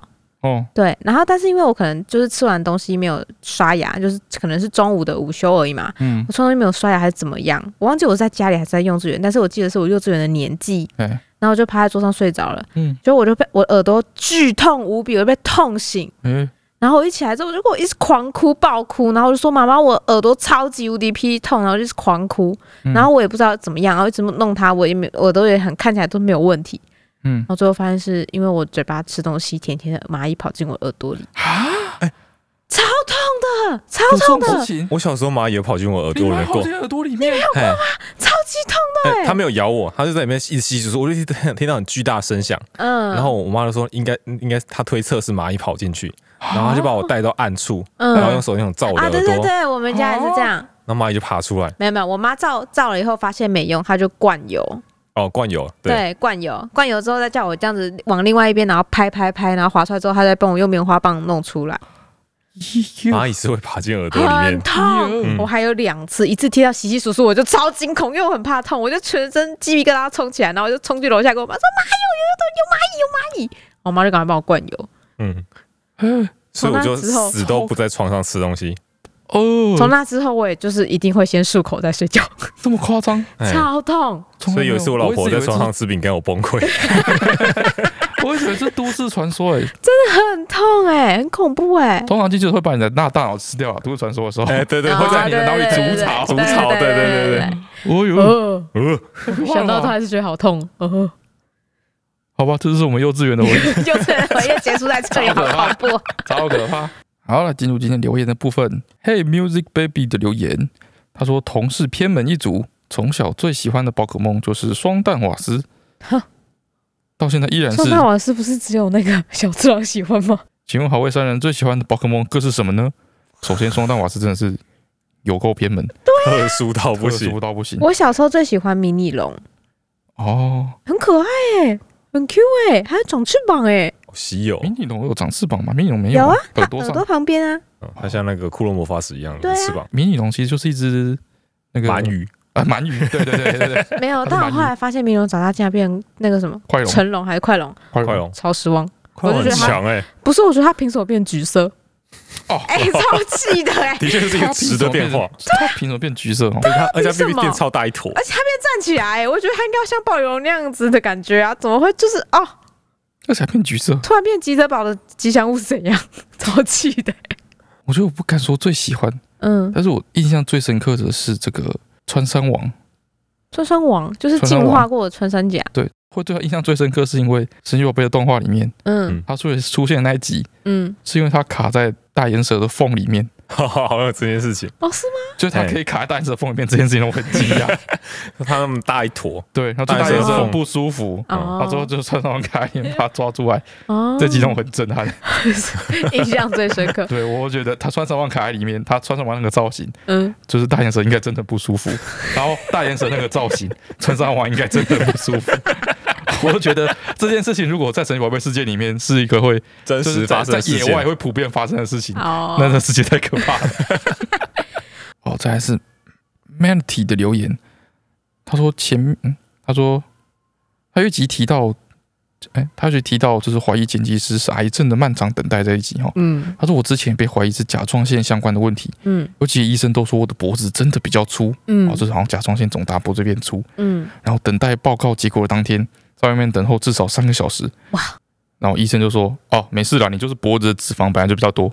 哦，对，然后但是因为我可能就是吃完东西没有刷牙，就是可能是中午的午休而已嘛，嗯我，从来没有刷牙还是怎么样，我忘记我是在家里还是在幼稚园，但是我记得是我幼稚园的年纪，对，然后我就趴在桌上睡着了，嗯，结果我就被我耳朵剧痛无比，我就被痛醒，哎，然后我一起来之后，我就给我一直狂哭爆哭，然后我就说妈妈，我耳朵超级无敌霹痛，然后就是狂哭，嗯然后，我也不知道怎么样，然后一直弄它，我也没耳朵也很看起来都没有问题，嗯然，后最后发现是因为我嘴巴吃东西，甜甜的蚂蚁跑进我耳朵里，超痛的，超有这痛种的，事情，我小时候蚂蚁也跑进我耳你朵里还面跑过进，耳朵里面， 哎，超级痛的、哎欸，它没有咬我，它就在里面一直吸住，我就听听到很巨大声响，嗯，然后我妈就说应该应该，她推测是蚂蚁跑进去，然后她就把我带到暗处，啊嗯然后用手电筒照我的啊，耳对对朵，哦对，我们家也是这样。然后蚂蚁就爬出来，没有没有，我妈照照了以后发现没用，她就灌油，哦，灌油，对，灌油，灌油之后再叫我这样子往另外一边，然后拍拍拍，然后划出来之后，她再帮我用棉花棒弄出来，哎蚂蚁是会爬进耳朵里很面，痛。嗯我还有两次，一次踢到稀稀疏疏，我就超惊恐，因为我很怕痛，我就全身鸡皮疙瘩冲起来，然后我就冲去楼下跟我妈说：“妈有有有有蚂蚁有蚂蚁！”我妈就赶快帮我灌油。嗯，嗯所以我就从那之后死都不在床上吃东西，从嗯哦，那之后，我也就是一定会先漱口再睡觉，这么夸张？哎，超痛。从来所以没有一次我老婆在床上，吃饼干，我崩溃，我一直以为这是都市传 说，哎，很痛哎、很恐怖哎、通常进去都会把你的大大脑吃掉啊，都市传说的时候，哎，对对， 哦会在你的脑里对对煮草对对煮草对对对对对对哦哟，哦，呃，想到他还是觉得好痛。哦，好吧，这就是我们幼稚园的回忆。 就是我也结束在这里，好恐怖。超可怕。 好了，进入今天留言的部分。Hey Music Baby 的留言，他说同是偏门一族，从小最喜欢的宝可梦就是双蛋瓦斯哈，到现在依然是双。蛋瓦斯不是只有那个小次郎喜欢吗？请问好味三人最喜欢的宝可梦各是什 么呢？首先，双蛋瓦斯真的是有够偏门， 特殊到特不殊行，到 不行我小时候最喜欢迷你龙，哦。很可爱哎、很 Q 哎、还有长翅膀哎、好哦稀有迷，你龙有长翅膀吗？迷你龙没有啊啊，耳朵耳上朵旁边 啊，嗯它像那个骷髅魔法使一样对的啊翅膀，迷你龙其实就是一只那个鳗鱼，啊，鳗鱼，对对对对对， 没有。它是但我鳗鱼后来发现迷你龙长大竟然变成那个什么快龙成龙还是快龙，快快哦龙，超失望。快龙很强哎，不是，我觉得他凭什么变橘 色？哦，哎、超气的 哎、的确是一个值得变化，它凭什么变橘色？哦而且它而且它为什 B 么 B 变超大一坨，而且他变站起来、我觉得他应该要像暴龙那样子的感觉啊，怎么会就是哦，而且还变橘色，突 然变吉德堡的吉祥物是怎样？超气的、我觉得我不敢说最喜欢，嗯，但是我印象最深刻的是这个穿山王，穿山王就是穿山进王化过的穿山甲。对，会对他印象最深刻是因为《神奇宝贝》的动画里面，嗯他出出现的那一集，嗯，是因为他卡在大岩蛇的缝里面， 好像有这件事情，哦是吗？就是他哎可以卡在大岩蛇的缝里面这件事情让我很惊 讶，他那么大一坨，对，然后就大大岩岩蛇蛇缝很不舒服。哦，然后最后就穿山王卡在里面把他抓出来，哦，这集让我很震撼。印象最深 刻。对我觉得他穿山王卡在里面，他穿山王那个造型，嗯，就是大眼蛇应该真的不舒 服，然后大眼蛇那个造型， 穿山王应该真的不舒服。 我就觉得这件事情如果在神奇宝贝世界里面是一个会真就是实在发生在的事野件外会普遍发生的事情，哦，那这世界太可 怕了。哦，再来是 Manty 的留言，他说前面、嗯、他说他有一集提到，哎、他就提到就是怀疑剪辑师是癌症的漫长等待这一集哈、哦。嗯他说我之前被怀疑是甲状腺相关的问题，嗯有几个医生都说我的脖子真的比较粗，嗯哦，就是好像甲状腺肿大，脖子变粗。嗯，然后等待报告结果的当天，在外面等候至少三个小时。哇！然后医生就说：“哦，没事啦，你就是脖子的脂肪本来就比较多。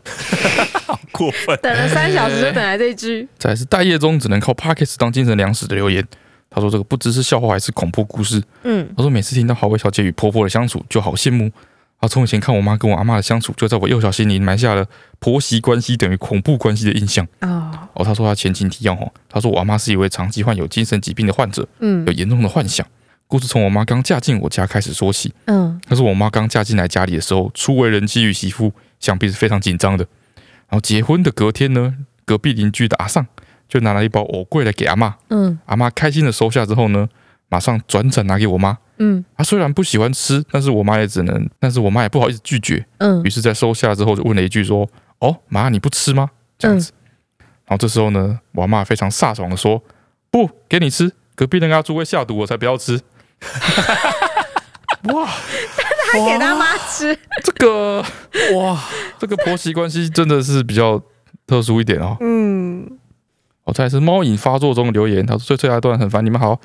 过分，等了三小时就等来这一句”，再来是待业中只能靠 Pockets 当精神粮食的留言。他说：“这个不知是笑话还是恐怖故事。”嗯他说：“每次听到好味小姐与婆婆的相处，就好羡慕。啊，从以前看我妈跟我阿妈的相处，就在我幼小心灵埋下了婆媳关系等于恐怖关系的印象。哦哦，他说他前情提要哦，他说我阿妈是一位长期患有精神疾病的患者，嗯有严重的幻想。故事从我妈刚嫁进我家开始说起。嗯她说我妈刚嫁进来家里的时候，初为人妻与媳妇，想必是非常紧张的。然后结婚的隔天呢，隔壁邻居的阿尚就拿了一包藕桂来给阿妈，嗯阿妈开心的收下之后呢，马上转转拿给我妈。嗯她虽然不喜欢吃，但是我妈也只能，但是我妈也不好意思拒绝，嗯于是，在收下之后就问了一句说：“哦，妈，你不吃吗？”这样子。然后这时候呢，我阿妈非常飒爽的说：“不给你吃，隔壁那个阿猪会下毒，我才不要吃。”哇，他给他妈吃，这个哇，这个婆媳关系真的是比较特殊一点哦。嗯哦，再来是猫影发作中的留言，他说最最爱段很烦，你们好，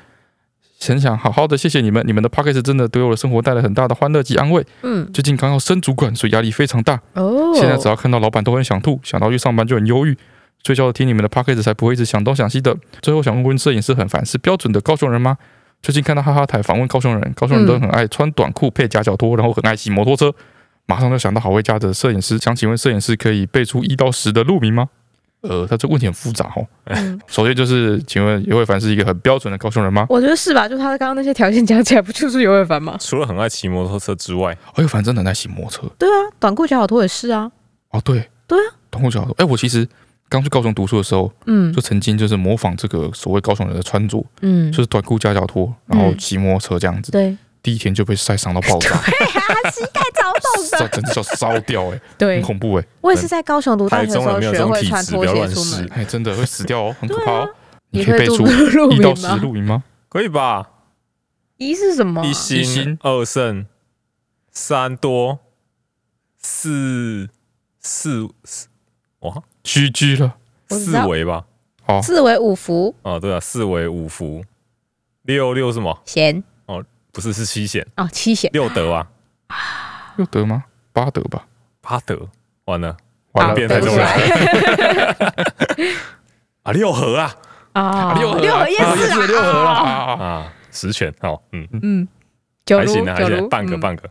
很想好好的谢谢你们，你们的 p o c k e t 真的对我的生活带来很大的欢乐及安慰。嗯最近刚要升主管，所以压力非常大，哦，现在只要看到老板都很想吐，想到去上班就很忧郁。睡觉听你们的 p o c k e t 才不会一直想东想西的。最后想问问摄影师很烦，是标准的高雄人吗？最近看到哈哈台访问高雄人，高雄人都很爱穿短裤配夹脚拖，然后很爱骑摩托车。马上就想到好味家的摄影师，想请问摄影师可以背出一到十的路名吗？呃，他这问题很复杂哦。 嗯首先就是，请问尤伟凡是一个很标准的高雄人吗？我觉得是吧？就他刚刚那些条件讲起来，不就是尤伟凡吗？ 除了很爱骑摩托车之外，哎呦，反正很爱骑摩托车对啊，短裤脚好拖也是啊，哦。对对啊，短裤脚拖。哎，我其实刚去高雄读书的时候，嗯就曾经就是模仿这个所谓高雄人的穿着，嗯就，是短裤加脚拖，然后骑摩托车这样子，对，第一天就被晒伤到 爆炸，他膝盖超痛烧的，整只脚烧掉哎、对很，恐怖哎、我也是在高雄读大学的时台中啊候人没有这学种会体穿质拖不要鞋乱出试门。哎，真的会死掉哦，很可怕哦。你可以啊会背住 出录一到名十吗？录音吗？可以吧？一是什么啊？一一星星、二胜、三多、四四四，哇，居居了我知四道维吧？哦，四为五福啊，对啊，四维五福，六六什么？贤不是是七险，哦，七贤六德啊，又得吗？八得吧，八德，完了完了啊变对态不中起人啊啊，六合啊啊，六合六合夜市 啊啊，六合啦。啊啊啊啊啊，十全好，嗯，嗯，九还如行啊，还九行啊，如半个嗯半个，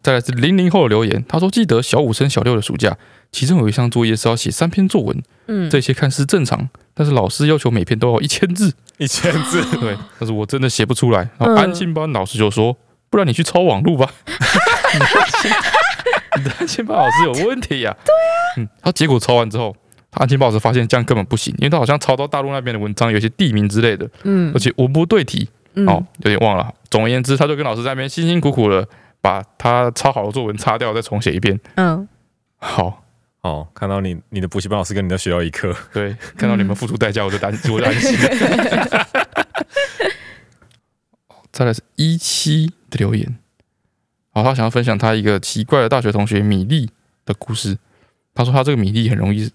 再来是零零后的留言，他说记得小五升小六的暑假，其中有一项作业是要写三篇作文，嗯，这些看似正常，但是老师要求每篇都要一千字， 一千字， 对，但是我真的写不出来。然后啊嗯安心班老师就说：“不然你去抄网路吧。” 你的安心班老师有问题呀、 对啊，嗯，他结果抄完之后，他安心班老师发现这样根本不行，因为他好像抄到大陆那边的文章，有一些地名之类的，嗯而且文不对题，嗯哦，有点忘了。总而言之，他就跟老师在那边辛辛苦苦的把他抄好的作文擦掉，再重写一遍。嗯，好，哦，看到你你的补习班老师跟你的学校一课，对，看到你们付出代价，我就担，我就安心。 再来是一七的留言，好，他想要分享他一个奇怪的大学同学米粒的故事。他说他这个米粒很容易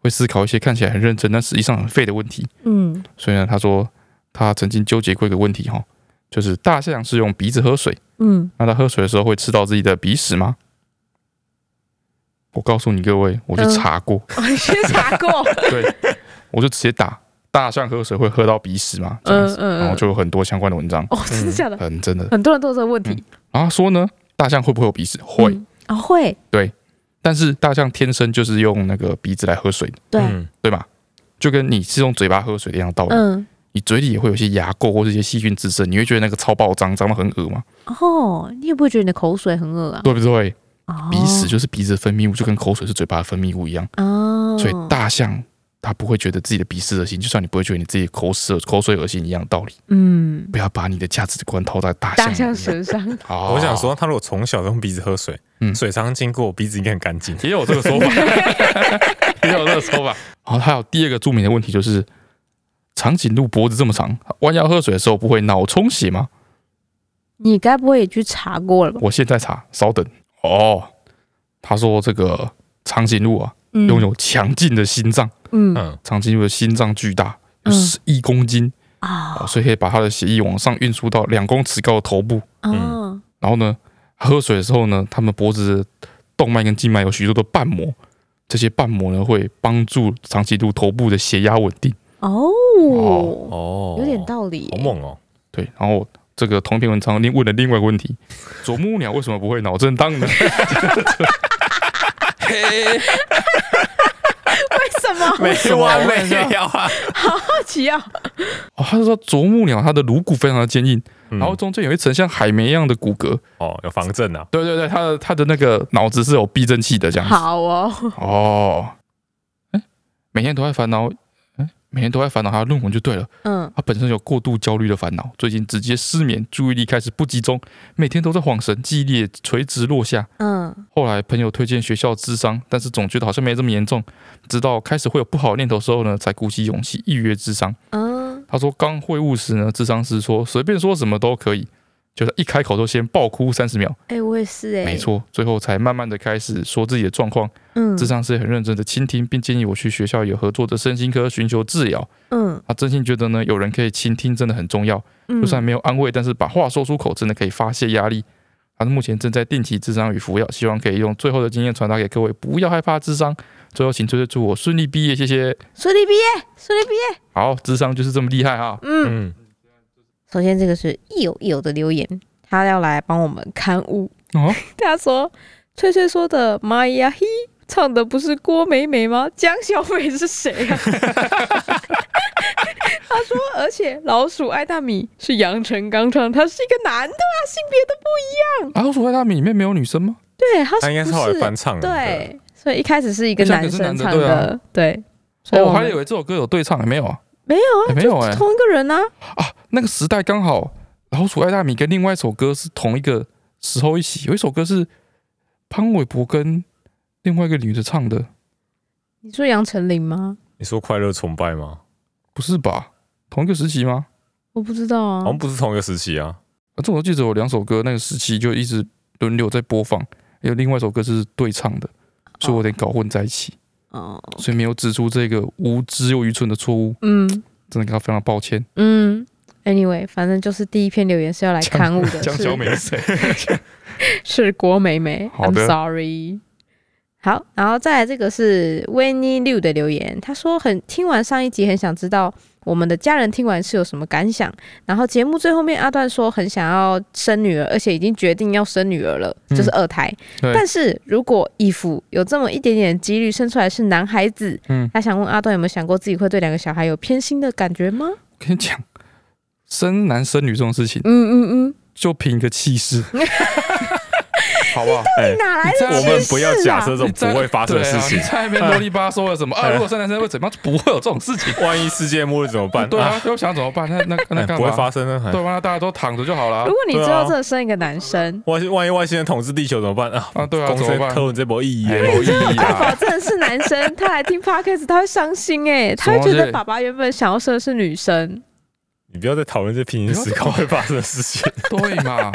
会思考一些看起来很认真，但实际上很废的问题。嗯所以呢，他说他曾经纠结过一个问题哈，就是大象是 用鼻子喝水，嗯，那他喝水的时候会吃到自己的鼻屎吗？我告诉你各位，我去嗯查过，我去查过，对，我就直接打大象喝水会喝到鼻屎嘛，这样子， 嗯嗯嗯然哦后就嗯有很多相关的文章，哦，真的假的？很真的。很多人都有这个问题，然后他说呢，大象会不会有鼻屎？会，嗯哦，会，但是大象天生就是用那个鼻子来喝水的，对，嗯对吧？就跟你是用嘴巴喝水的一样道理，嗯，你嘴里也会有一些牙垢或是一些细菌滋生，你会觉得那个超爆脏，脏的很恶嘛，哦，你也不会觉得你的口水很恶啊？对不对？哦鼻屎就是鼻子的分泌物，就跟口水是嘴巴的分泌物一样，哦，所以大象它不会觉得自己的鼻屎恶心，就像你不会觉得你自己口屎口水恶心一样道理。嗯，不要把你的价值观套在大象哦大象身。身上，好我想说，他如果从小都用鼻子喝水，嗯水常常经过，我鼻子应该很干净。也有这个说 法，也有这个说法。好，还有第二个著名的问题就是，长颈鹿脖子这么长，弯腰喝水的时候不会脑充血吗？你该不会也去查过了吧？我现在查，稍等。哦，他说这个长颈鹿啊，嗯拥有强劲的心脏，嗯嗯，长颈鹿的心脏巨大，嗯有十一 公斤、啊哦，所以可以把它的血液往上运输到两公尺高的头部。哦，然后呢，喝水的时候呢，他们脖子的动脉跟静脉有许多的瓣膜，这些瓣膜呢会帮助长颈鹿头部的血压稳定。哦，哦有点，道理耶好，猛哦。对，然后这个同一篇文章另问了另外一个问题： 啄木鸟为什么不会脑震荡呢？嘿，为 什么？好什么完没了 啊！奇啊！ 哦，他是说啄木鸟它的颅骨非常的坚硬，嗯然后中间有一层像海绵一样的骨骼。哦，有防震啊，对对对，它的它的那个脑子是有避震器的这样子。好哦，哦，哎，每天都在烦恼，哎，每天都在烦恼他的论文就对了。嗯，他本身有过度焦虑的烦恼，最近直接失眠，注意力开始不集中，每天都在晃神，记忆力也垂直落下。嗯，后来朋友推荐学校智商，但是总觉得好像没这么严重。直到开始会有不好的念头的时候呢，才鼓起勇气预约智商。嗯，他说刚会晤时呢，智商师说随便说什么都可以，就是一开口就先爆哭三十秒，哎，我也是，哎，没，错，最后才慢慢的开始说自己的状况。嗯，智商师也很认真的倾听，并建议我去学校有合作的身心科寻求治疗。嗯，他真心觉得呢，有人可以倾听真的很重要。嗯，就算没有安慰，但是把话说出口，真的可以发泄压力。他目前正在定期智商与服药，希望可以用最后的经验传达给各位，不要害怕智商。最后，请追追祝我顺利毕业，谢谢。顺利毕业，顺利毕业，好，智商就是这么厉害哈。嗯。嗯，首先，这个是 E 一有一有的留言，他要来帮我们刊物。哦， 他说：“翠翠说的《玛雅嘿》唱的不是郭美美吗？江小美是谁啊？” 他说：“而且老鼠爱大米是杨成刚唱，他是一个男的啊，性别都不啊，我所谓他们里面没有女生吗？对，他他应该是后来翻不是唱的。对，所以一开始是一个我想可男是生男的唱对啊的，对，所以哦，我我还们以为这首歌有对唱，没有啊？啊没有哎啊，没有哎就同一个人啊，啊，那个时代刚好《老鼠爱大米》跟另外一首歌是同一个时候一起，有一首歌是潘玮柏跟另外一个女的唱的，你说杨丞琳吗？你说快乐崇拜吗？不是吧？同一个时期吗？我不知道啊好，像不是同一个时期啊。啊，这我记得有两首歌，那个时期就一直轮流在播放，有另外一首歌是对唱的，所以我有点搞混在一起，哦，所以没有指出这个无知又愚蠢的错误，嗯真的感到非常抱歉。嗯，anyway，反正就是第一篇留言是要来江刊物的，江是小美是 谁？是郭美美。好 I'm 的 sorry。好，然后再来这个是 Winnie Liu 的留言，他说很听完上一集，很想知道我们的家人听完是有什么感想。然后节目最后面阿段说很想要生女儿，而且已经决定要生女儿了，就是二胎。对但是如果 if 有这么一点点几率生出来是男孩子，嗯他想问阿段有没有想过自己会对两个小孩有偏心的感觉吗？我跟你讲，生男生女这种事情，嗯嗯嗯，就凭一个气 势，好不好？哎，哪来你的这我歧视啊？们不要假设这种不会发生的事情对啊、哎你。在那边啰里吧嗦了什么啊？如果生男生会怎么样？就不会有这种事情。万一世界末日怎么办？啊对啊啊，又想怎么办？那那那哎干不会嘛？发生的。哎对吧？那大家都躺着就好了啊如果你对啊最后真的生一个男生，万一万一外星人统治地球怎么办啊？啊！对啊，公怎么司办？科文这波意义耶，没有意义啊！真的是男生，他来听 podcast，他会伤心哎、他会觉得爸爸原本想要生的是女生，你不要再讨论这平行时空会发生的事 情。 对嘛？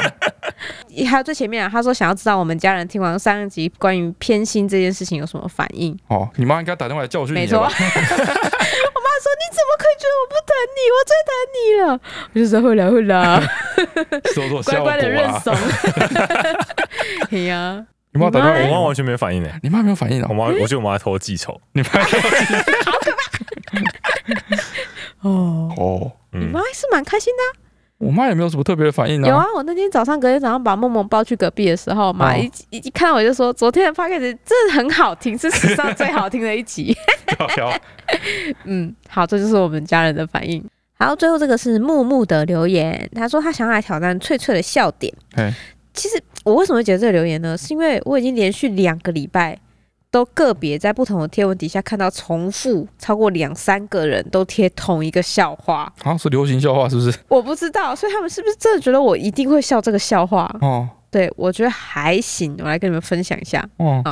还有最前面啊，他说想要知道我们家人听完上一集关于偏心这件事情有什么反应。哦，你妈应该打电话来教训你没了错，我吧妈？说 你怎么可以觉得我不疼你？我最疼你了。我就说会啦会 啦，做 做乖效果乖的认啊。 怂。哎呀， 你妈打电话你妈给我妈我，完全没有反应哎、你妈没有反应啊我？妈，我觉得我妈在偷我记仇。你妈哦，哦，你嗯妈，还是蛮开心的啊、我妈也没有什么特别的反应有啊，，我那天早上隔天早上把梦梦抱去隔壁的时候嘛，哦一一一看我就说，昨天的 p o c a s t 真的很好听，是史上最好听的一集。飘飘， 嗯，好，这就是我们家人的反应。然后最后这个是木木的留言，他说他想要来挑战翠翠的笑点。哎，其实我为什么会觉得这个留言呢？是因为我已经连续两个礼拜都个别在不同的贴文底下看到重复超过两三个人都贴同一个笑话，好啊像是流行笑话是不是？我不知道，所以他们是不是真的觉得我一定会笑这个笑话？哦对我觉得还行，我来跟你们分享一下。哦，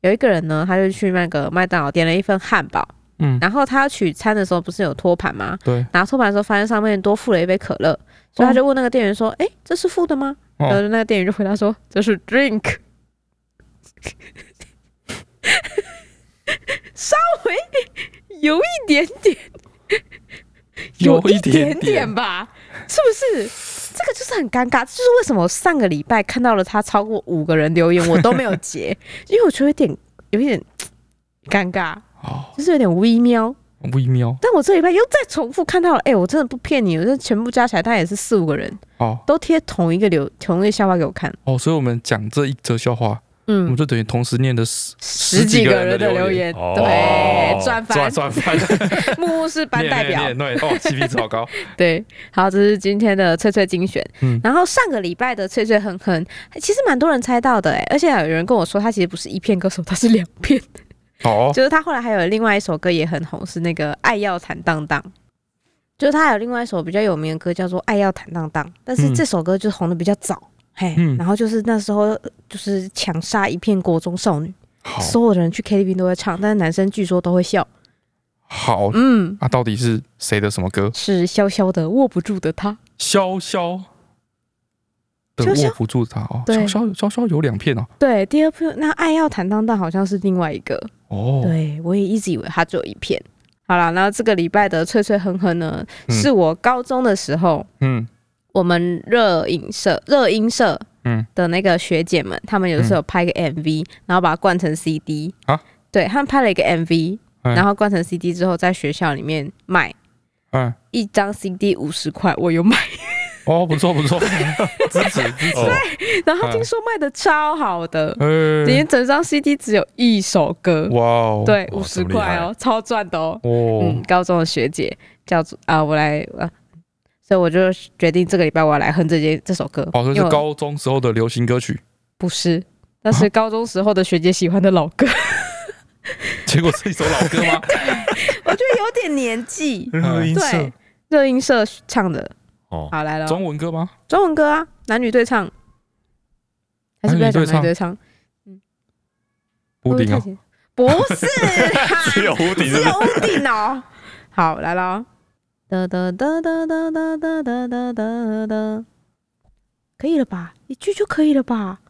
有一个人呢，他就去那个麦当劳点了一份汉堡，嗯，然后他要取餐的时候不是有托盘吗？对，拿托盘的时候发现上面多附了一杯可乐，所以他就问那个店员说：“哎、这是附的吗？”哦然后那个店员就回答说：“这是 drink。”稍微有一点点，有一一点点点吧，是不是？这个就是很尴尬，这就是为什么我上个礼拜看到了他超过五个人留言，我都没有截， 因为我觉得有点有一点尴尬，哦，就是有点微妙。微妙但我这礼拜又再重复看到了，哎、我真的不骗你，我这全部加起来大概也是四五个人哦都贴同一个流同一个笑话给我看，哦，所以我们讲这一则笑话，我嗯们，就等于同时念的十十几几个个人人的的留留言言，哦对，转翻，转转翻，木 木是班代表，念念 念对，哦，起鼻子好高，对，好，这是今天的翠翠精选。嗯然后上个礼拜的翠翠哼哼，其实蛮多人猜到的哎，而且有人跟我说，他其实不是一片歌手，他是两片，哦，就是他后来还有另外一首歌也很红，是那个《爱要坦荡荡》，就是他还有另外一首比较有名的歌叫做《爱要坦荡荡》，但是嗯这首歌就是红的比较早，嘿，嗯然后就是那时候就是抢杀一片国中少女，好所有的人去 KTV 都会唱，但是男生据说都会笑，好，嗯，那到底是谁的什么歌？是潇潇的握不住的他，潇潇的潇潇握不住他哦，对潇潇潇潇有两片哦，对，第二部那《爱要坦荡荡》好像是另外一个，哦，对我也一直以为它只有一片。好了，那这个礼拜的脆脆哼哼呢，嗯是我高中的时候，嗯我们热影社、热音社嗯的那个学姐们，她们有时候有拍一个 MV，、然后把它灌成 CD 啊，对，她们拍了一个 MV，、嗯然后灌成 CD 之后，在学校里面卖嗯，一张 CD 五十块，我有买， 哦，不错不错，支持支持哦，然后听说卖的超好的，哎连，整张 CD 只有一首歌，哇哦，对，哇五这十么厉害块哦，超赚的哦。嗯哦，，高中的学姐叫做啊，我来啊，所以我就决定这个礼拜我要来哼这件这首歌。哦，因这为是我高中时候的流行歌曲，不是，那是高中时候的学姐喜欢的老歌，结果是一首老歌吗？ 我觉得有点年纪。热音社对，热音社唱的，哦，好来了，中文歌吗？中文歌啊，男女对唱，还是不要讲男女对唱？布丁啊，会不会太简不只是有啦，屋顶只是有屋顶哦。 好，来了哦，哒哒哒哒哒哒哒哒哒哒哒，可以了吧？一句就可以了吧？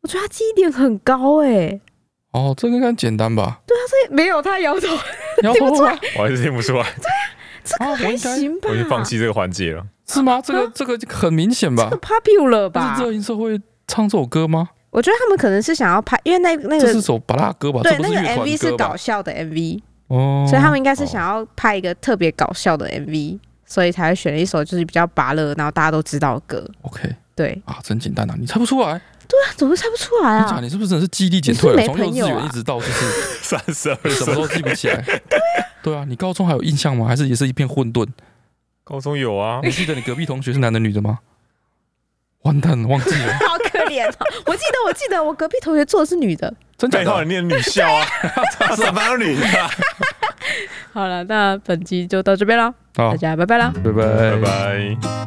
我觉得他记忆点很高哎、哦，这个应该简 单吧？这没有他摇头，摇听不出头来啊，我还是听不出来，这啊个我还应该行吧？我已经放弃这个环节了。是吗？这 个这个很明显吧这个？popular 不吧是？热音社会唱这首歌吗？我觉得他们可能是想要拍，因为那那这是个首巴拉歌吧？对这不那是个乐团 MV 是歌吧搞笑的 MV，哦，所以他们应该是想要拍一个特别搞笑的 MV，所以才会选了一首就是比较拔乐，然后大家都知道的歌。 OK 对，啊，真简单啊，你猜不出来，那啊怎么会猜不出来 你讲啊？你是不是真的是记忆力减退了？你是从没幼朋友稚啊园一直到就是 三十二什么岁，都记不起来。对啊，你高中还有印象吗？还是也是一片混沌？高中有 啊你，记得你隔壁同学是男的女的吗？完蛋了，忘记了，好可怜哦！我记得，我记得我隔壁同学坐的是女的。真假 废话，的？你念女校啊， 什么都女的啊，好了，那本集就到这边了，好大，家拜拜啦。拜拜拜拜。